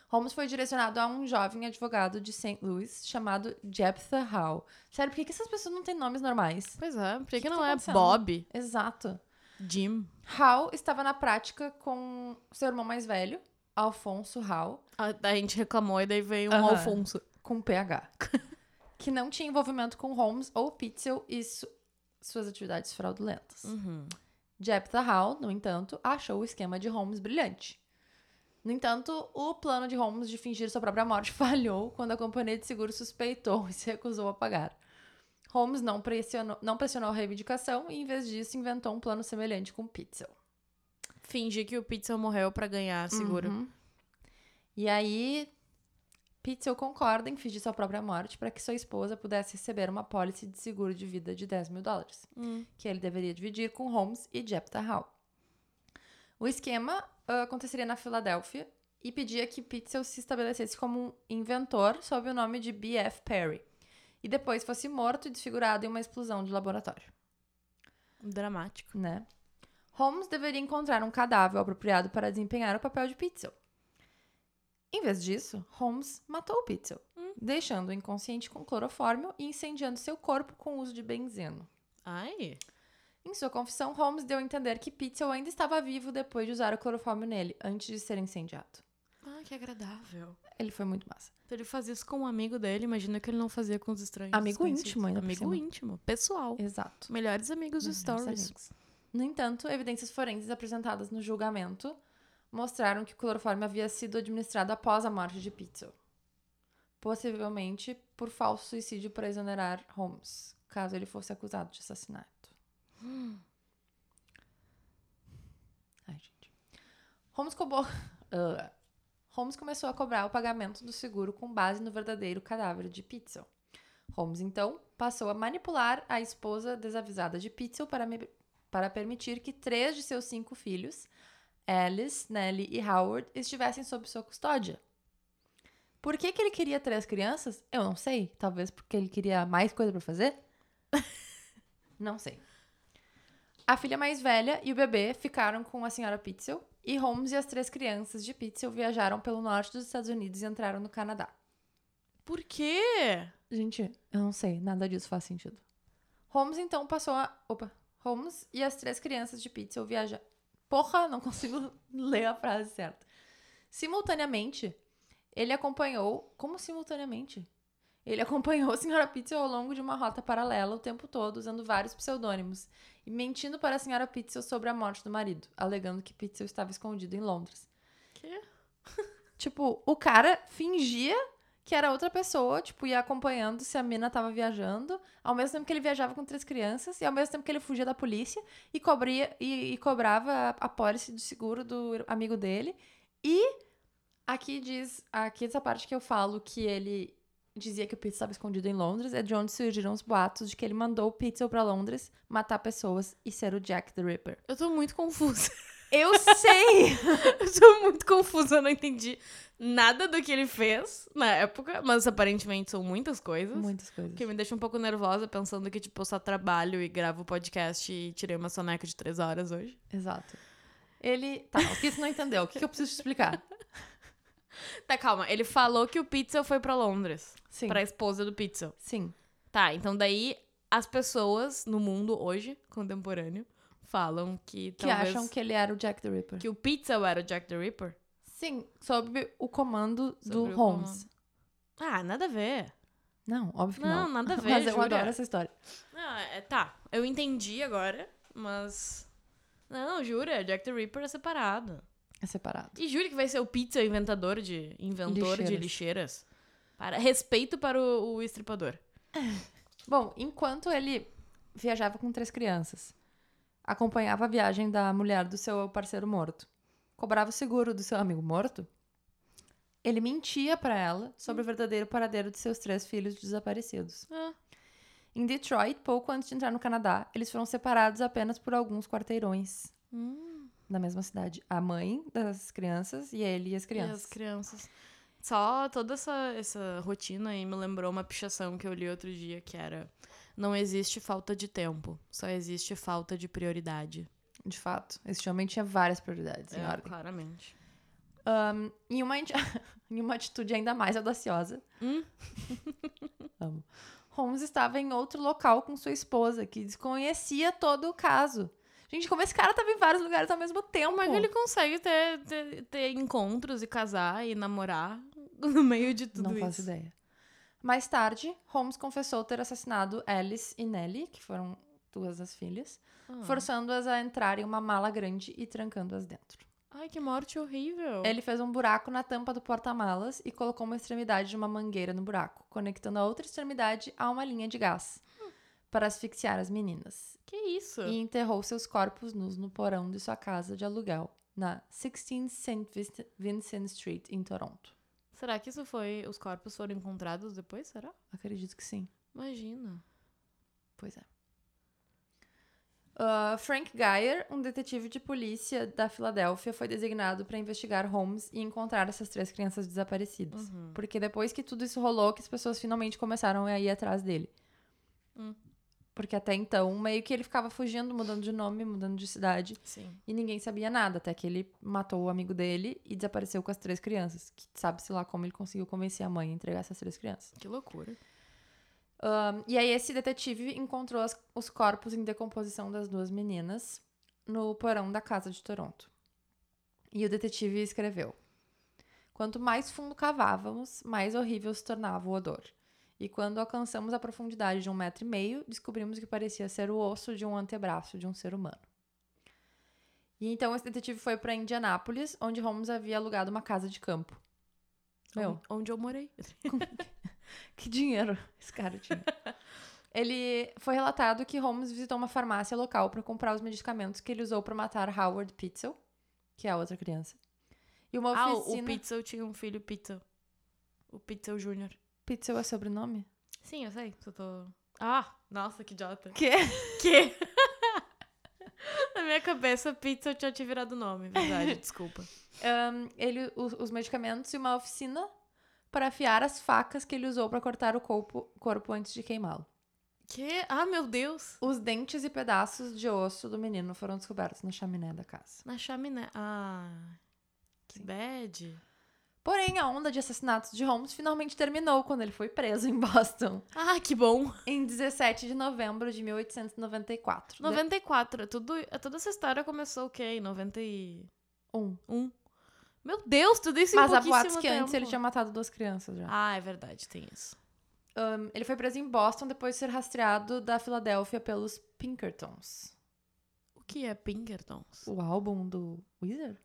Holmes foi direcionado a um jovem advogado de St. Louis chamado Jephthah Howe. Sério, por que, que essas pessoas não têm nomes normais? Pois é, por que, que Que que não tá é acontecendo? Bob, Exato. Jim? Howe estava na prática com seu irmão mais velho, Alfonso Howe, A, a gente reclamou e daí veio um Aham. Alfonso. com PH, que não tinha envolvimento com Holmes ou Pitzel e su- suas atividades fraudulentas. Uhum. Jephthah Hall, no entanto, achou o esquema de Holmes brilhante. No entanto, o plano de Holmes de fingir sua própria morte falhou quando a companhia de seguro suspeitou e se recusou a pagar. Holmes não pressionou, não pressionou a reivindicação e, em vez disso, inventou um plano semelhante com Pitzel. Fingir que o Pizza morreu pra ganhar seguro. Uhum. E aí, Pitzel concorda em fingir sua própria morte para que sua esposa pudesse receber uma pólice de seguro de vida de 10 mil dólares. Hum. que ele deveria dividir com Holmes e Jephthah Hall. O esquema ah, aconteceria na Filadélfia e pedia que Pitzel se estabelecesse como um inventor sob o nome de B.F. Perry e depois fosse morto e desfigurado em uma explosão de laboratório, Dramático. né? Holmes deveria encontrar um cadáver apropriado para desempenhar o papel de Pitzel. Em vez disso, Holmes matou Pitzel, deixando-o inconsciente com clorofórmio e incendiando seu corpo com o uso de benzeno. Ai. Em sua confissão, Holmes deu a entender que Pitzel ainda estava vivo depois de usar o clorofórmio nele, antes de ser incendiado. Ah, que agradável. Ele foi muito massa. Se ele fazia isso com um amigo dele, imagina que ele não fazia com os estranhos. Amigo desconhecidos. íntimo, ainda por Amigo cima. íntimo. Pessoal. Exato. Melhores amigos dos Melhores stories. amigos. No entanto, evidências forenses apresentadas no julgamento mostraram que o clorofórmio havia sido administrado após a morte de Pitzel. Possivelmente por falso suicídio para exonerar Holmes, caso ele fosse acusado de assassinato. Ai, gente. Holmes, cobrou- Ah. Holmes começou a cobrar o pagamento do seguro com base no verdadeiro cadáver de Pitzel. Holmes, então, passou a manipular a esposa desavisada de Pitzel para me- para permitir que três de seus cinco filhos, Alice, Nellie e Howard, estivessem sob sua custódia. Por que, que ele queria três crianças? Eu não sei. Talvez porque ele queria mais coisa para fazer? não sei. A filha mais velha e o bebê ficaram com a senhora Pitzel, e Holmes e as três crianças de Pitzel viajaram pelo norte dos Estados Unidos e entraram no Canadá. Por quê? Gente, eu não sei, nada disso faz sentido. Holmes então passou a. Opa! Holmes e as três crianças de Pitzel viajar. Porra, não consigo ler a frase certa. Simultaneamente, ele acompanhou. Como simultaneamente? Ele acompanhou a senhora Pitzel ao longo de uma rota paralela o tempo todo, usando vários pseudônimos e mentindo para a senhora Pitzel sobre a morte do marido, alegando que Pitzel estava escondido em Londres. Quê? Tipo, o cara fingia que era outra pessoa, tipo, ia acompanhando se a mina tava viajando, ao mesmo tempo que ele viajava com três crianças, e ao mesmo tempo que ele fugia da polícia e, cobria, e, e cobrava a, a pólice do seguro do amigo dele. E aqui diz, aqui essa parte que eu falo que ele dizia que o Pizza estava escondido em Londres, é de onde surgiram os boatos de que ele mandou o Pizza pra Londres matar pessoas e ser o Jack the Ripper. Eu tô muito confusa. Eu sei! Eu tô muito confusa, eu não entendi nada do que ele fez na época, mas aparentemente são muitas coisas. Muitas coisas. Que me deixa um pouco nervosa pensando que, tipo, eu só trabalho e gravo podcast e tirei uma soneca de três horas hoje. Exato. Ele. Tá, o que você não entendeu? O que, que eu preciso te explicar? Tá, calma. Ele falou que o Pixel foi pra Londres. Sim. Pra esposa do Pixel. Sim. Tá, então daí as pessoas no mundo hoje, contemporâneo, falam que Que talvez... acham que ele era o Jack the Ripper. que o Pixel era o Jack the Ripper. Sim, sob o comando Sobre do o Holmes. Ah, nada a ver. Não, óbvio que Não, não. nada a ver, Mas eu jura? adoro essa história. Ah, é, tá. Eu entendi agora, mas... Não, jura, Jack the Ripper é separado. É separado. E jura que vai ser o Pizza inventador de... Inventor de Lixeiras. lixeiras. Para... Respeito para o, o estripador. Bom, enquanto ele viajava com três crianças, acompanhava a viagem da mulher do seu parceiro morto, cobrava o seguro do seu amigo morto, ele mentia pra ela sobre o Hum. verdadeiro paradeiro de seus três filhos desaparecidos. Ah. Em Detroit, pouco antes de entrar no Canadá, eles foram separados apenas por alguns quarteirões na mesma cidade. A mãe das crianças e ele e as E crianças. as crianças. Só toda essa, essa rotina aí me lembrou uma pichação que eu li outro dia, que era... Não existe falta de tempo, só existe falta de prioridade. De fato, esse homem tinha várias prioridades em É, ordem. claramente. Em uma, ati- em uma atitude ainda mais audaciosa. Hum. Amo. Holmes estava em outro local com sua esposa, que desconhecia todo o caso. Gente, como esse cara estava em vários lugares ao mesmo tempo. Como é que ele consegue ter, ter, ter encontros e casar e namorar no meio de tudo Não isso? faço ideia. Mais tarde, Holmes confessou ter assassinado Alice e Nellie, que foram duas das filhas, Ah. forçando-as a entrar em uma mala grande e trancando-as dentro. Ai, que morte horrível. Ele fez um buraco na tampa do porta-malas e colocou uma extremidade de uma mangueira no buraco, conectando a outra extremidade a uma linha de gás para asfixiar as meninas. Que isso? E enterrou seus corpos nus no porão de sua casa de aluguel, na 16 St. Vincent- Vincent Street, em Toronto. Será que isso foi. Os corpos foram encontrados depois? Será? Acredito que sim. Imagina. Pois é. Ah, Frank Geyer, um detetive de polícia da Filadélfia, foi designado para investigar Holmes e encontrar essas três crianças desaparecidas. Uhum. Porque depois que tudo isso rolou, que as pessoas finalmente começaram a ir atrás dele. Hum. Porque até então, meio que ele ficava fugindo, mudando de nome, mudando de cidade, Sim. e ninguém sabia nada, até que ele matou o amigo dele e desapareceu com as três crianças. Que sabe-se lá como ele conseguiu convencer a mãe a entregar essas três crianças. Que loucura. E aí esse detetive encontrou as- os corpos em decomposição das duas meninas no porão da casa de Toronto. E o detetive escreveu: Quanto mais fundo cavávamos, mais horrível se tornava o odor. E quando alcançamos a profundidade de um metro e meio, descobrimos que parecia ser o osso de um antebraço de um ser humano. E então esse detetive foi para Indianápolis, onde Holmes havia alugado uma casa de campo. Meu, Onde- Onde eu morei. que dinheiro esse cara tinha. Ele foi relatado que Holmes visitou uma farmácia local para comprar os medicamentos que ele usou para matar Howard Pitzel, que é a outra criança. E uma Ah, o- o oficina. Pixel tinha um filho Pixel. O Pixel Jr. Pitzel é sobrenome? Sim, eu sei. Só tô. Ah, nossa, que idiota. Que? Que? Na minha cabeça, Pixel tinha te virado o nome. Verdade, desculpa. Ele os, os medicamentos e uma oficina para afiar as facas que ele usou para cortar o corpo, corpo antes de queimá-lo. Que? Ah, meu Deus. Os dentes e pedaços de osso do menino foram descobertos na chaminé da casa. Na chaminé. Ah. Que Sim. bad. Porém, a onda de assassinatos de Holmes finalmente terminou quando ele foi preso em Boston. Ah, que bom. Em 17 de novembro de 1894. 94. é Tudo, é toda essa história começou o quê? Em 91. Um. Meu Deus, tudo isso Mas em há boatos pouquíssimo que antes ele tempo. tinha matado duas crianças já. Ah, é verdade, tem isso. Ahn, Ah, ele foi preso em Boston depois de ser rastreado da Filadélfia pelos Pinkertons. O que é Pinkertons? O álbum do Weezer?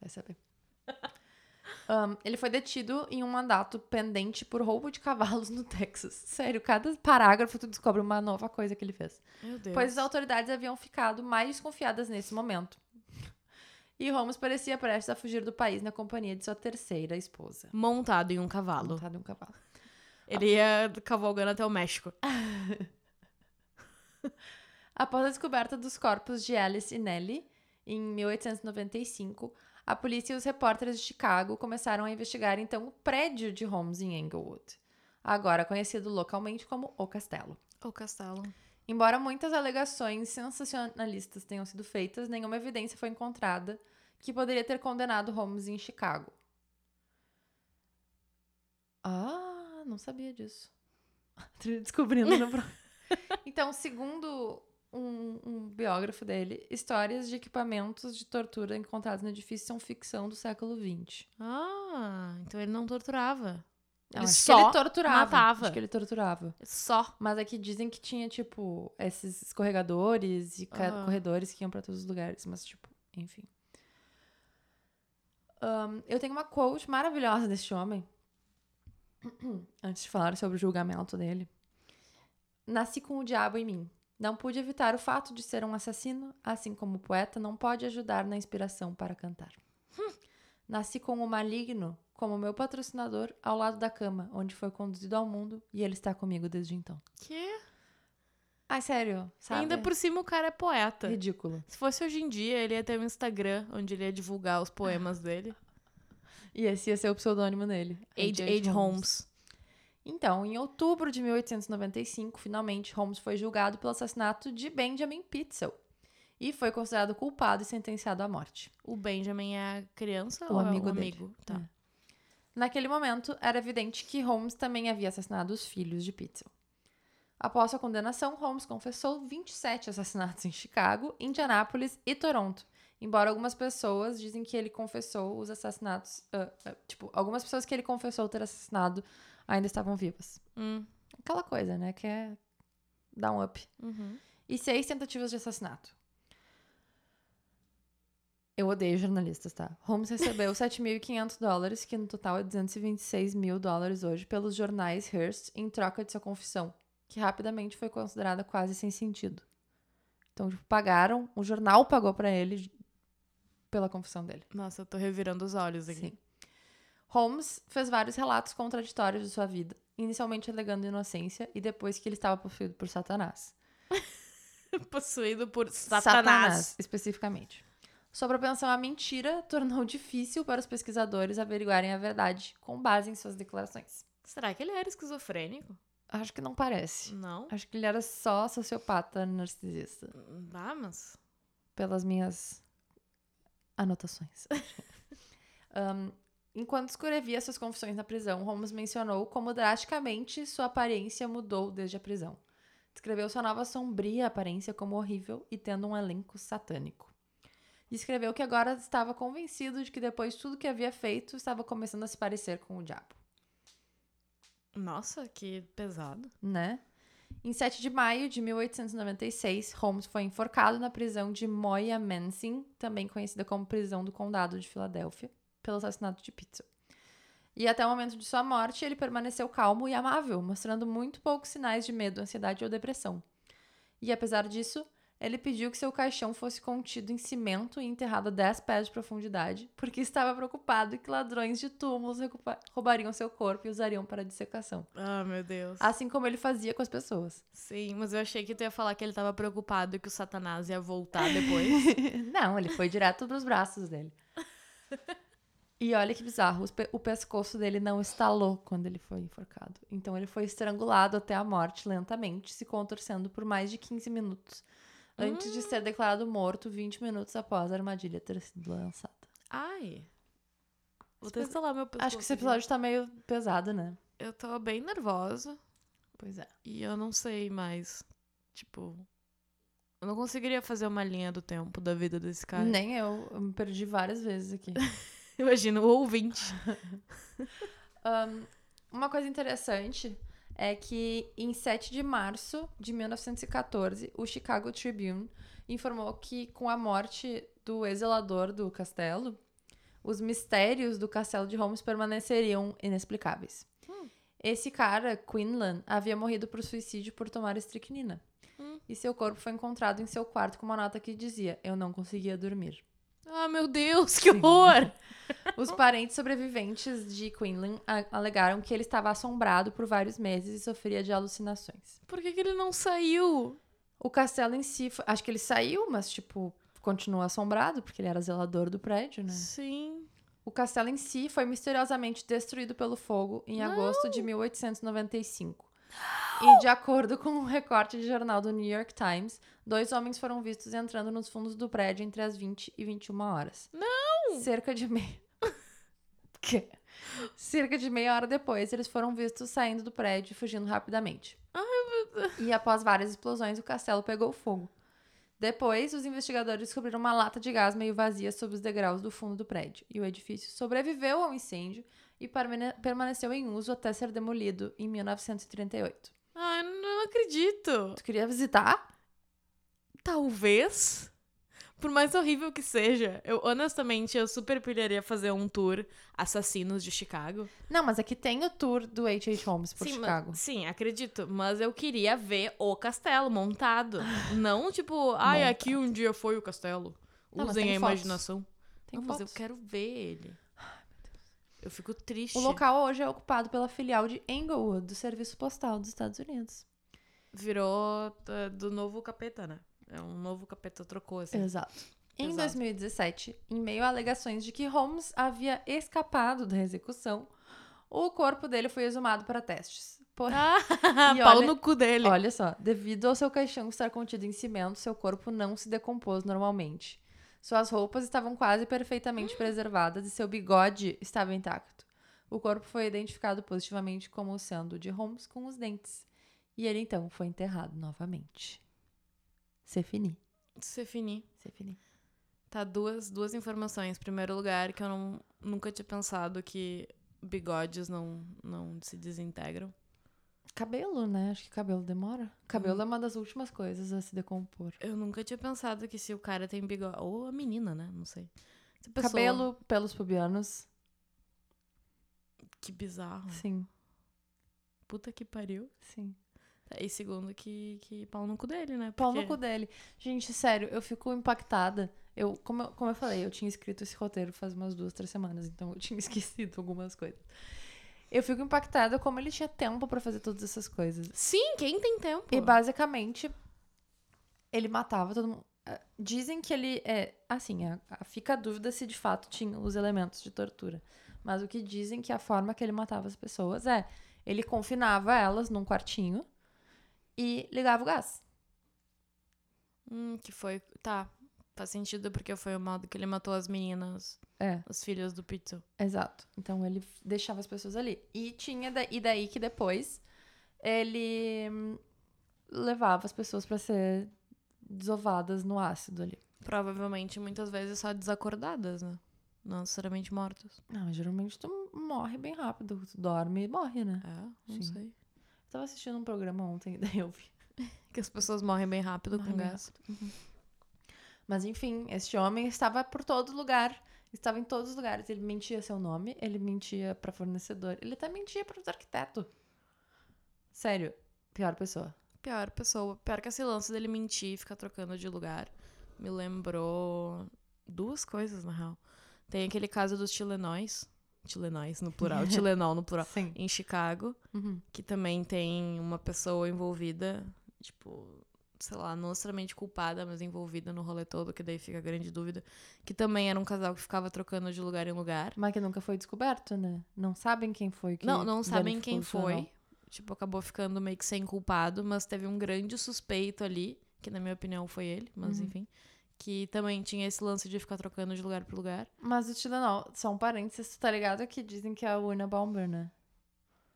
Vai saber. Ahn, ele foi detido em um mandato pendente por roubo de cavalos no Texas. Sério, cada parágrafo tu descobre uma nova coisa que ele fez. Meu Deus. Pois as autoridades haviam ficado mais desconfiadas nesse momento. E Holmes parecia prestes a fugir do país na companhia de sua terceira esposa. Montado em um cavalo. Montado em um cavalo. Ele ia cavalgando até o México. Após a descoberta dos corpos de Alice e Nellie, em 1895, a polícia e os repórteres de Chicago começaram a investigar então o prédio de Holmes em Englewood, agora conhecido localmente como O Castelo. O castelo. Embora muitas alegações sensacionalistas tenham sido feitas, nenhuma evidência foi encontrada que poderia ter condenado Holmes em Chicago. Ah, não sabia disso. Descobrindo no pro- Então, segundo um, um biógrafo dele, histórias de equipamentos de tortura encontrados no edifício são ficção do século XX. Ah, então ele não torturava. Não, Ele acho só que ele torturava. matava. Acho que ele torturava. Só. Mas aqui dizem que tinha, tipo, esses escorregadores e ca- Aham. corredores que iam pra todos os lugares, mas, tipo, enfim. Ahn, eu tenho uma quote maravilhosa deste homem. Antes de falar sobre o julgamento dele. Nasci com o diabo em mim. Não pude evitar o fato de ser um assassino, assim como o poeta não pode ajudar na inspiração para cantar. Nasci com o maligno como meu patrocinador ao lado da cama, onde foi conduzido ao mundo e ele está comigo desde então. Que? Ai, Ah, sério, sabe? Ainda por cima o cara é poeta. Ridículo. Se fosse hoje em dia, ele ia ter um Instagram onde ele ia divulgar os poemas dele. E esse ia ser o pseudônimo dele. Age, Age Holmes. Então, em outubro de 1895, finalmente, Holmes foi julgado pelo assassinato de Benjamin Pitzel e foi considerado culpado e sentenciado à morte. O Benjamin é a criança O ou amigo é o dele. amigo? Tá. É. Naquele momento, era evidente que Holmes também havia assassinado os filhos de Pitzel. Após sua condenação, Holmes confessou 27 assassinatos em Chicago, Indianápolis e Toronto. Embora algumas pessoas dizem que ele confessou os assassinatos, ah, ah, tipo, algumas pessoas que ele confessou ter assassinado ainda estavam vivas. Hum, Aquela coisa, né, que é dar um up uhum. e seis tentativas de assassinato. Eu odeio jornalistas, tá? Holmes recebeu 7.500 dólares, que no total é 226 mil dólares hoje, pelos jornais Hearst em troca de sua confissão, que rapidamente foi considerada quase sem sentido. Então, tipo, pagaram, o jornal pagou pra ele pela confissão dele. Nossa, eu tô revirando os olhos aqui. Sim. Holmes fez vários relatos contraditórios de sua vida, inicialmente alegando inocência e depois que ele estava possuído por Satanás. Possuído por Satanás, Satanás. especificamente. Sobre a pensão à é mentira, tornou difícil para os pesquisadores averiguarem a verdade com base em suas declarações. Será que ele era esquizofrênico? Acho que não parece. Não? Acho que ele era só sociopata narcisista, Ah, mas... pelas minhas anotações. Ahn, enquanto escrevia suas confissões na prisão, Holmes mencionou como drasticamente sua aparência mudou desde a prisão. Descreveu sua nova sombria aparência como horrível e tendo um elenco satânico. Descreveu que agora estava convencido de que depois de tudo que havia feito, estava começando a se parecer com o diabo, Nossa, que pesado. né? Em 7 de maio de 1896, Holmes foi enforcado na prisão de Moya Mensing, também conhecida como prisão do condado de Filadélfia, pelo assassinato de Pitzel. E até o momento de sua morte, ele permaneceu calmo e amável, mostrando muito poucos sinais de medo, ansiedade ou depressão. E apesar disso, ele pediu que seu caixão fosse contido em cimento e enterrado a 10 pés de profundidade, porque estava preocupado que ladrões de túmulos recupa- roubariam seu corpo e usariam para dissecação, Ah, meu Deus. assim como ele fazia com as pessoas. Sim, mas eu achei que tu ia falar que ele tava preocupado que o Satanás ia voltar depois. Não, ele foi direto pros braços dele. E olha que bizarro, os pe- o pescoço dele não estalou quando ele foi enforcado. Então ele foi estrangulado até a morte lentamente, se contorcendo por mais de 15 minutos, antes de ser declarado morto 20 minutos após a armadilha ter sido lançada. Ai. Vou Esse testar lá meu pescoço. Acho que esse aqui. episódio tá meio pesado, né? Eu tô bem nervosa Pois é. e eu não sei mais. Tipo. Eu não conseguiria fazer uma linha do tempo da vida desse cara. Nem eu, eu me perdi várias vezes aqui. Imagina o ouvinte. Uma coisa interessante é que em 7 de março de 1914, o Chicago Tribune informou que com a morte do ex-zelador do castelo, os mistérios do castelo de Holmes permaneceriam inexplicáveis. Hum. Esse cara, Quinlan, havia morrido por suicídio por tomar estricnina. Hum. E seu corpo foi encontrado em seu quarto com uma nota que dizia: Eu não conseguia dormir. Ah, meu Deus, que horror! Os parentes sobreviventes de Quinlan a- alegaram que ele estava assombrado por vários meses e sofria de alucinações. Por que, que ele não saiu? O castelo em si, foi- acho que ele saiu, mas tipo, continua assombrado porque ele era zelador do prédio, né? Sim. O castelo em si foi misteriosamente destruído pelo fogo em Não! agosto de 1895. E de acordo com um recorte de jornal do New York Times, dois homens foram vistos entrando nos fundos do prédio entre as 20 e 21 horas. Não! Cerca de meia. Quê? Cerca de meia hora depois, eles foram vistos saindo do prédio e fugindo rapidamente. E após várias explosões, o castelo pegou fogo. Depois, os investigadores descobriram uma lata de gás meio vazia sob os degraus do fundo do prédio, e o edifício sobreviveu ao incêndio e permane- permaneceu em uso até ser demolido em 1938. Ah, eu não acredito. Tu queria visitar? Talvez. Por mais horrível que seja, eu honestamente eu super pilharia fazer um tour Assassinos de Chicago. Não, mas aqui tem o tour do H.H. Holmes por sim, ma- Chicago. sim, acredito. Mas eu queria ver o castelo montado. não tipo, ai, Montado. aqui um dia foi o castelo. Não, Ah, mas Usem a tem fotos. imaginação. Tem não, mas eu fotos. quero ver ele. Eu fico triste. O local hoje é ocupado pela filial de Englewood, do Serviço Postal dos Estados Unidos. Virou tá, do novo capeta, né? É um novo capeta, trocou assim. Exato. Em Exato. 2017, em meio a alegações de que Holmes havia escapado da execução, o corpo dele foi exumado para testes. Por... Ah, E pau olha- no cu dele. Olha só, devido ao seu caixão estar contido em cimento, seu corpo não se decompôs normalmente. Suas roupas estavam quase perfeitamente preservadas e seu bigode estava intacto. O corpo foi identificado positivamente como sendo o de Holmes com os dentes. E ele então foi enterrado novamente. C'est fini. Você fini. C'est fini. Tá, duas, duas informações. Primeiro lugar, que eu não, nunca tinha pensado que bigodes não, não se desintegram. Cabelo, né? Acho que cabelo demora. Cabelo é uma das últimas coisas a se decompor. Eu nunca tinha pensado que se o cara tem bigode. Ou a menina, né? Não sei. Se a pessoa- Cabelo, pelos pubianos, Que bizarro. sim, Puta que pariu. sim. Tá, E segundo, que, que pau no cu dele, né? Pau no Porque- cu dele. Gente, sério, eu fico impactada. Eu, como, eu, como eu falei, eu tinha escrito esse roteiro faz umas duas, três semanas, então eu tinha esquecido algumas coisas. Eu fico impactada como ele tinha tempo pra fazer todas essas coisas. Sim, quem tem tempo? E basicamente, ele matava todo mundo. Ah, Dizem que ele é. Assim, a- a- fica a dúvida se de fato tinha os elementos de tortura. Mas o que dizem que a forma que ele matava as pessoas é. Ele confinava elas num quartinho e ligava o gás. Hum, que foi. Tá. Faz sentido porque foi o modo que ele matou as meninas, É. os filhos do Pizzo. Exato. Então ele f- deixava as pessoas ali. E tinha da- e daí que depois ele hum, levava as pessoas pra ser desovadas no ácido ali. Provavelmente muitas vezes só desacordadas, né? Não necessariamente mortos. Não, Ah, mas geralmente tu morre bem rápido, tu dorme e morre, né? É, não Sim. sei. Eu tava assistindo um programa ontem e daí eu vi. Que as pessoas morrem bem rápido Morrem com bem gás. Mas enfim, este homem estava por todo lugar. Estava em todos os lugares. Ele mentia seu nome, ele mentia pra fornecedor, ele até mentia para os arquitetos. Sério, pior pessoa. Pior pessoa. Pior que esse lance dele mentir e ficar trocando de lugar. Me lembrou duas coisas, na real. Tem aquele caso dos chilenóis. Chilenóis no plural. Tilenol no plural. Sim. Em Chicago. Uhum. que também tem uma pessoa envolvida, tipo, sei lá, não necessariamente culpada, mas envolvida no rolê todo, que daí fica a grande dúvida, que também era um casal que ficava trocando de lugar em lugar. Mas que nunca foi descoberto, né? Não sabem quem foi que. não, não sabem danificou quem o jornal. foi. Tipo, acabou ficando meio que sem culpado, mas teve um grande suspeito ali, que na minha opinião foi ele, mas Uhum. enfim, que também tinha esse lance de ficar trocando de lugar pra lugar. Mas o Tilenol, só um parênteses, tu tá ligado que dizem que é a Una Bomber, né?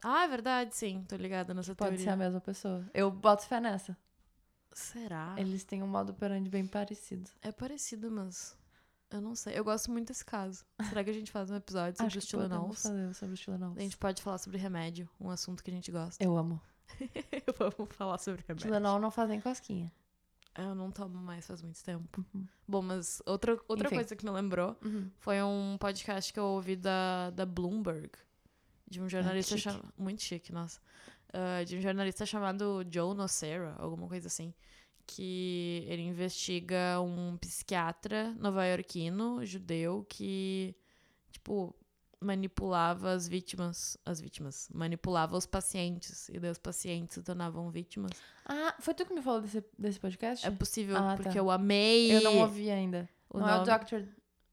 Ah, é verdade, sim, tô ligada nessa Pode ser teoria. a mesma pessoa. Eu boto fé nessa. Será? Eles têm um modo operante bem parecido. É parecido, mas. Eu não sei. Eu gosto muito desse caso. Será que a gente faz um episódio sobre os que podemos Tilenols? fazer sobre os A Tilenols. gente pode falar sobre remédio, um assunto que a gente gosta. Eu amo. Vamos falar sobre remédio. Tilenol não faz nem cosquinha. Ah, Eu não tomo mais faz muito tempo. Bom, mas outra, outra Uhum. Enfim. coisa que me lembrou Uhum. foi um podcast que eu ouvi da, da Bloomberg, de um jornalista Ah, chique. chamado. Muito chique, nossa. Ah, de um jornalista chamado Joe Nocera, alguma coisa assim. Que ele investiga um psiquiatra novaiorquino, judeu, que, tipo, manipulava as vítimas. As vítimas. Manipulava os pacientes. E daí os pacientes se tornavam vítimas. Ah, foi tu que me falou desse, desse podcast? É possível, Ah, porque tá. eu amei. Eu não ouvi ainda. o não nome. é o Dr.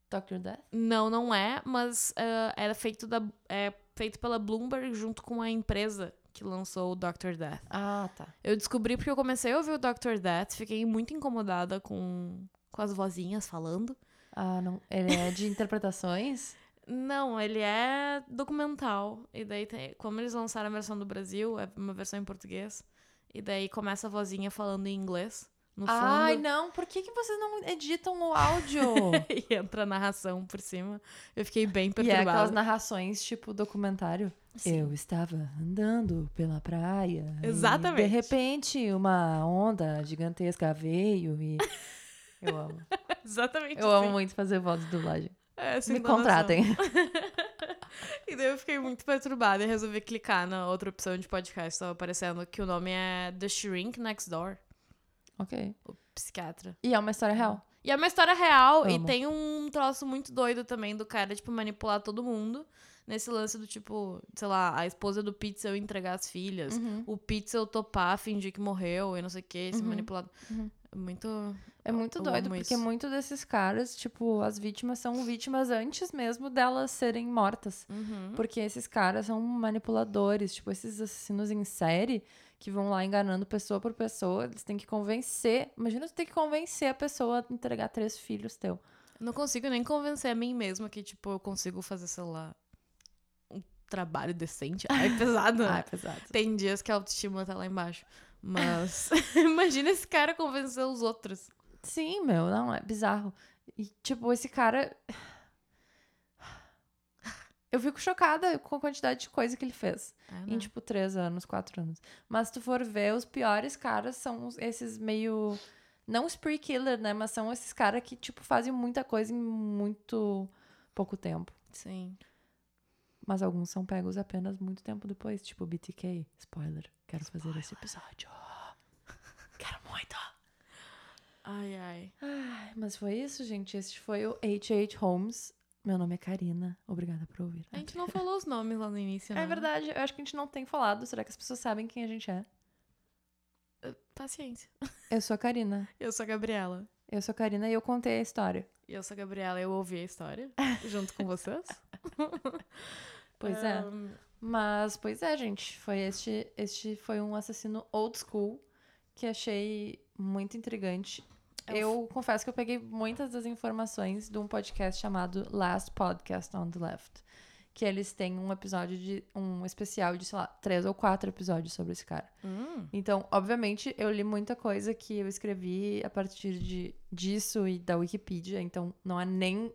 Dr. Death? Não, não é, mas eh, era feito, da, é feito pela Bloomberg junto com a empresa que lançou o Dr. Death. Ah, tá. Eu descobri porque eu comecei a ouvir o Dr. Death, fiquei muito incomodada com, com as vozinhas falando. Ah, não. Ele é de interpretações? Não, ele é documental. E daí, tem, como eles lançaram a versão do Brasil, é uma versão em português. E daí começa a vozinha falando em inglês, no fundo. Ai, não. Por que, que vocês não editam o áudio? E entra a narração por cima. Eu fiquei bem e é perturbada. aquelas narrações tipo documentário. Sim. Eu estava andando pela praia. e Exatamente. de repente, uma onda gigantesca veio e. Eu amo. Exatamente Eu assim. amo muito fazer voz de dublagem. É, sem Me entonação. contratem. E daí eu fiquei muito perturbada e resolvi clicar na outra opção de podcast. Estava aparecendo que o nome é The Shrink Next Door, ok. o psiquiatra. E é uma história real. E é uma história real e Amo. tem um troço muito doido também do cara, tipo, manipular todo mundo. Nesse lance do tipo, sei lá, a esposa do Pixel entregar as filhas. O Pixel topar, fingir que morreu e não sei o que, se Uhum. manipular. Uhum. É Muito. É muito eu doido, amo porque isso. muito desses caras, tipo, as vítimas são vítimas antes mesmo delas serem mortas. Uhum. Porque esses caras são manipuladores, tipo, esses assassinos em série que vão lá enganando pessoa por pessoa, eles têm que convencer. Imagina tu ter que convencer a pessoa a entregar três filhos teu. Não consigo nem convencer a mim mesma que, tipo, eu consigo fazer, sei lá, um trabalho decente. Ai, é pesado, né? Ah, é pesado. Tem dias que a autoestima tá lá embaixo. Mas imagina esse cara convencer os outros. Sim, meu, não, é bizarro. E, tipo, esse cara. Eu fico chocada com a quantidade de coisa que ele fez. É, né? Em, tipo, três anos, quatro anos. Mas se tu for ver, os piores caras são os- esses meio. Não spree killer, né? Mas são esses caras que, tipo, fazem muita coisa em muito pouco tempo. Sim. Mas alguns são pegos apenas muito tempo depois. Tipo, BTK. Spoiler. Quero fazer esse episódio. Quero muito. Ai, ai. Ai, mas foi isso, gente. Este foi o H.H. Holmes. Meu nome é Karina. Obrigada por ouvir. A gente não falou os nomes lá no início, né? É verdade. Eu acho que a gente não tem falado. Será que as pessoas sabem quem a gente é? Paciência. Eu sou a Karina. Eu sou a Gabriela. Eu sou a Karina e eu contei a história. E eu sou a Gabriela, eu ouvi a história junto com vocês. Pois é. Ahn, Mas, pois é, gente. Foi este, este foi um assassino old school que achei muito intrigante. É Eu confesso que eu peguei muitas das informações de um podcast chamado Last Podcast on the Left. Que eles têm um episódio de. um especial de, sei lá, três ou quatro episódios sobre esse cara. hum, Então, obviamente, eu li muita coisa que eu escrevi a partir de, disso e da Wikipedia, então não há nem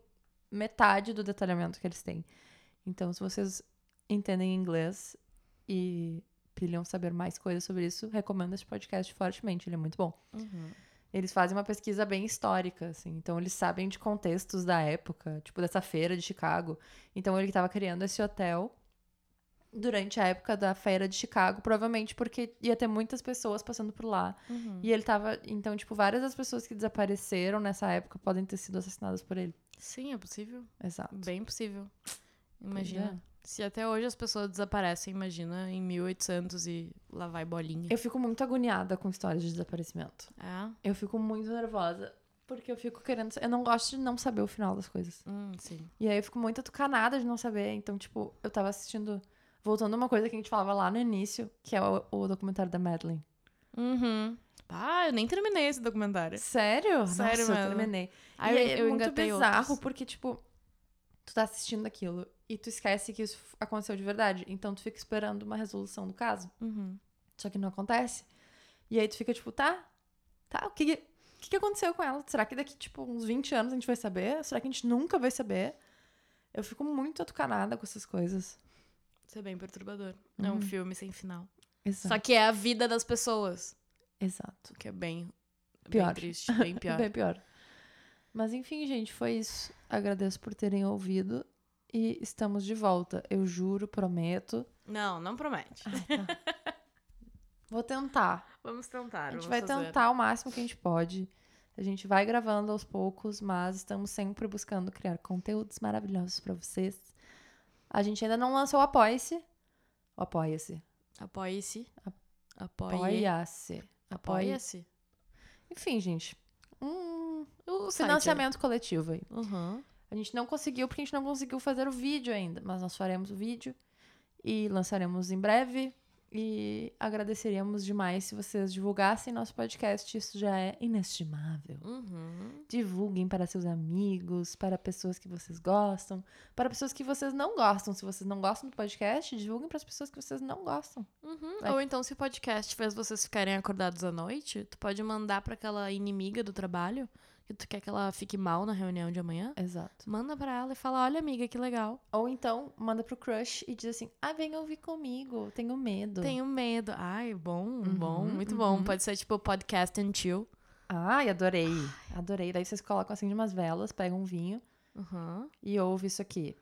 metade do detalhamento que eles têm. Então, se vocês entendem inglês e pilham saber mais coisas sobre isso, recomendo esse podcast fortemente, ele é muito bom. uhum. Eles fazem uma pesquisa bem histórica, assim, então eles sabem de contextos da época, tipo dessa feira de Chicago. Então ele estava criando esse hotel durante a época da feira de Chicago, provavelmente porque ia ter muitas pessoas passando por lá. Uhum. E ele tava, então, tipo, várias das pessoas que desapareceram nessa época podem ter sido assassinadas por ele. Sim, é possível. Exato. Bem possível. Pois Imagina. Se até hoje as pessoas desaparecem, imagina em 1800 e lá vai bolinha. é. Eu fico muito agoniada com histórias de desaparecimento. Ah, Eu fico muito nervosa, porque eu fico querendo, eu não gosto de não saber o final das coisas. hum, sim. E aí eu fico muito atucanada de não saber. Então, tipo, eu tava assistindo. Voltando a uma coisa que a gente falava lá no início, que é o, o documentário da Madeline. Uhum. Ah, eu nem terminei esse documentário. Sério? É. Sério, Nossa, eu mano. terminei. Aí e aí é eu muito engatei bizarro, outros. porque, tipo, tu tá assistindo aquilo e tu esquece que isso f- aconteceu de verdade. Então tu fica esperando uma resolução do caso. Uhum. Só que não acontece. E aí tu fica, tipo, tá? Tá, o que. que... O que, que aconteceu com ela? Será que daqui, tipo, uns 20 anos a gente vai saber? Será que a gente nunca vai saber? Eu fico muito atucanada com essas coisas. Isso é bem perturbador. É um Uhum. Tá. filme sem final. Exato. Só que é a vida das pessoas. O Exato. que é bem, Pior. Bem triste, bem pior. Bem pior. Mas enfim, gente, foi isso. Agradeço por terem ouvido e estamos de volta. Eu juro, prometo. Não, não promete. É. Vou tentar. Vamos tentar. A gente vamos vai fazer. tentar o máximo que a gente pode. A gente vai gravando aos poucos, mas estamos sempre buscando criar conteúdos maravilhosos pra vocês. A gente ainda não lançou o Apoia-se. O Apoia-se. Apoie-se. Apoie. Apoia-se. Apoia-se. Enfim, gente. Um, um site financiamento coletivo aí. Uhum. A gente não conseguiu porque a gente não conseguiu fazer o vídeo ainda, mas nós faremos o vídeo e lançaremos em breve. E agradeceríamos demais se vocês divulgassem nosso podcast, isso já é inestimável. Uhum. Divulguem para seus amigos, para pessoas que vocês gostam, para pessoas que vocês não gostam. Se vocês não gostam do podcast, divulguem para as pessoas que vocês não gostam. Uhum. Vai. Ou então, se o podcast fez vocês ficarem acordados à noite, tu pode mandar pra aquela inimiga do trabalho que tu quer que ela fique mal na reunião de amanhã. Exato. Manda pra ela e fala: Olha, amiga, que legal. Ou então, manda pro crush e diz assim: "Ah, vem ouvir comigo, tenho medo". Tenho medo. Ai, bom, bom, Uhum, muito uhum. bom. Pode ser tipo podcast and chill. Ai, adorei. Adorei. Daí vocês colocam assim umas velas, pegam um vinho Uhum. e ouve isso aqui.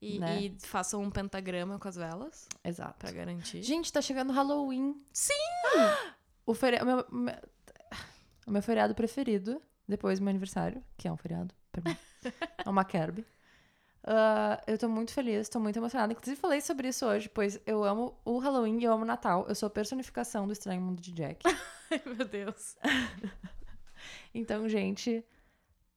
E, Né? e façam um pentagrama com as velas Exato. pra garantir. Gente, tá chegando Halloween. Sim! O, feri... o, meu, me- o meu feriado preferido, depois do meu aniversário, que é um feriado pra mim, é uma Kerb. Ah, eu tô muito feliz, tô muito emocionada. Inclusive, falei sobre isso hoje, pois eu amo o Halloween e eu amo o Natal. Eu sou a personificação do Estranho Mundo de Jack. Ai, meu Deus. Então, gente,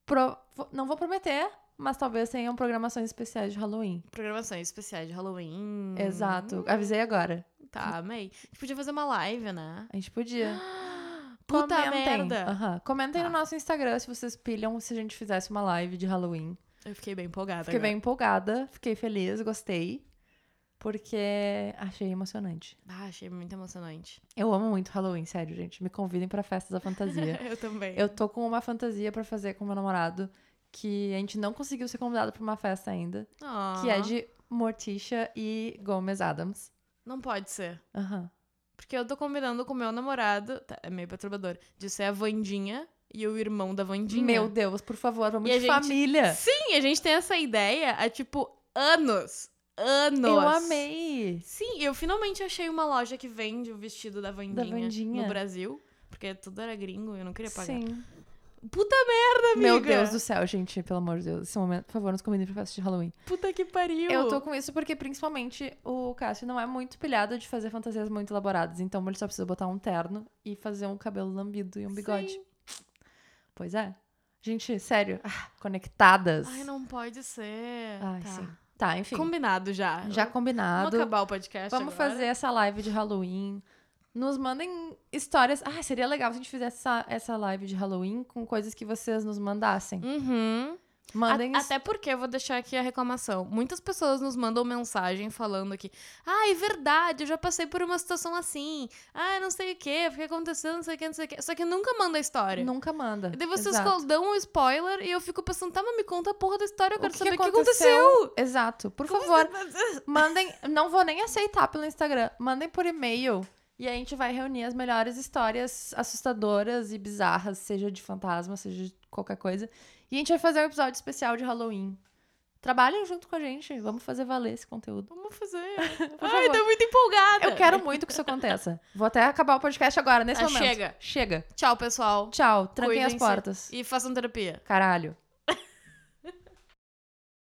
pro- vo- não vou prometer, mas talvez tenham programações especiais de Halloween. Programações especiais de Halloween. Exato, avisei agora. Tá, amei. A gente podia fazer uma live, né? A gente podia. Puta Comentem. merda! Aham, Comentem no Tá. nosso Instagram se vocês pilham se a gente fizesse uma live de Halloween. Eu fiquei bem empolgada. Fiquei agora. bem empolgada, fiquei feliz, gostei. Porque achei emocionante. Ah, achei muito emocionante. Eu amo muito Halloween, sério, gente. Me convidem pra festas da fantasia. Eu também. Eu tô com uma fantasia pra fazer com meu namorado que a gente não conseguiu ser convidado pra uma festa ainda, Ah, que é de Morticia e Gomez Adams. Não pode ser. Aham. Porque eu tô combinando com o meu namorado. tá, é meio perturbador. De ser a Vandinha e o irmão da Vandinha. Meu Deus, por favor, vamos E a de gente- família. Sim, a gente tem essa ideia há tipo anos. Anos. Eu amei. Sim, eu finalmente achei uma loja que vende o vestido da Vandinha, Vandinha. no Brasil. Porque tudo era gringo, eu não queria pagar. Sim. Puta merda, amiga! Meu Deus do céu, gente, pelo amor de Deus. Esse momento, por favor, nos convidem pra festa de Halloween. Puta que pariu! Eu tô com isso porque, principalmente, o Cássio não é muito pilhado de fazer fantasias muito elaboradas. Então, ele só precisa botar um terno e fazer um cabelo lambido e um bigode. Sim. Pois é. Gente, sério. ah, Conectadas. Ai, não pode ser. Ai, tá. sim. Tá, enfim. Combinado já. Já Vamos combinado. acabar o podcast Vamos agora? fazer essa live de Halloween. Nos mandem histórias. Ah, seria legal se a gente fizesse essa, essa live de Halloween com coisas que vocês nos mandassem. Uhum. Mandem A- até porque eu vou deixar aqui a reclamação. Muitas pessoas nos mandam mensagem falando que, ah, é verdade, eu já passei por uma situação assim. Ah, não sei o que, porque aconteceu, não sei o que, não sei o que. Só que nunca manda a história. Nunca manda. E Daí vocês Exato. col- dão um spoiler e eu fico pensando, tá, mas me conta a porra da história, eu O quero que saber o que aconteceu? aconteceu. assim, Exato. Por favor, mandem. Não vou nem aceitar pelo Instagram. Mandem por e-mail. E a gente vai reunir as melhores histórias assustadoras e bizarras, seja de fantasma, seja de qualquer coisa. E a gente vai fazer um episódio especial de Halloween. Trabalhem junto com a gente. Vamos fazer valer esse conteúdo. Vamos fazer. Por Ai, favor. tô muito empolgada. Eu quero muito que isso aconteça. Vou até acabar o podcast agora, nesse Ah, momento. chega. Chega. Tchau, pessoal. Tchau. Tranquem as Cuidem-se. portas. E façam terapia. Caralho.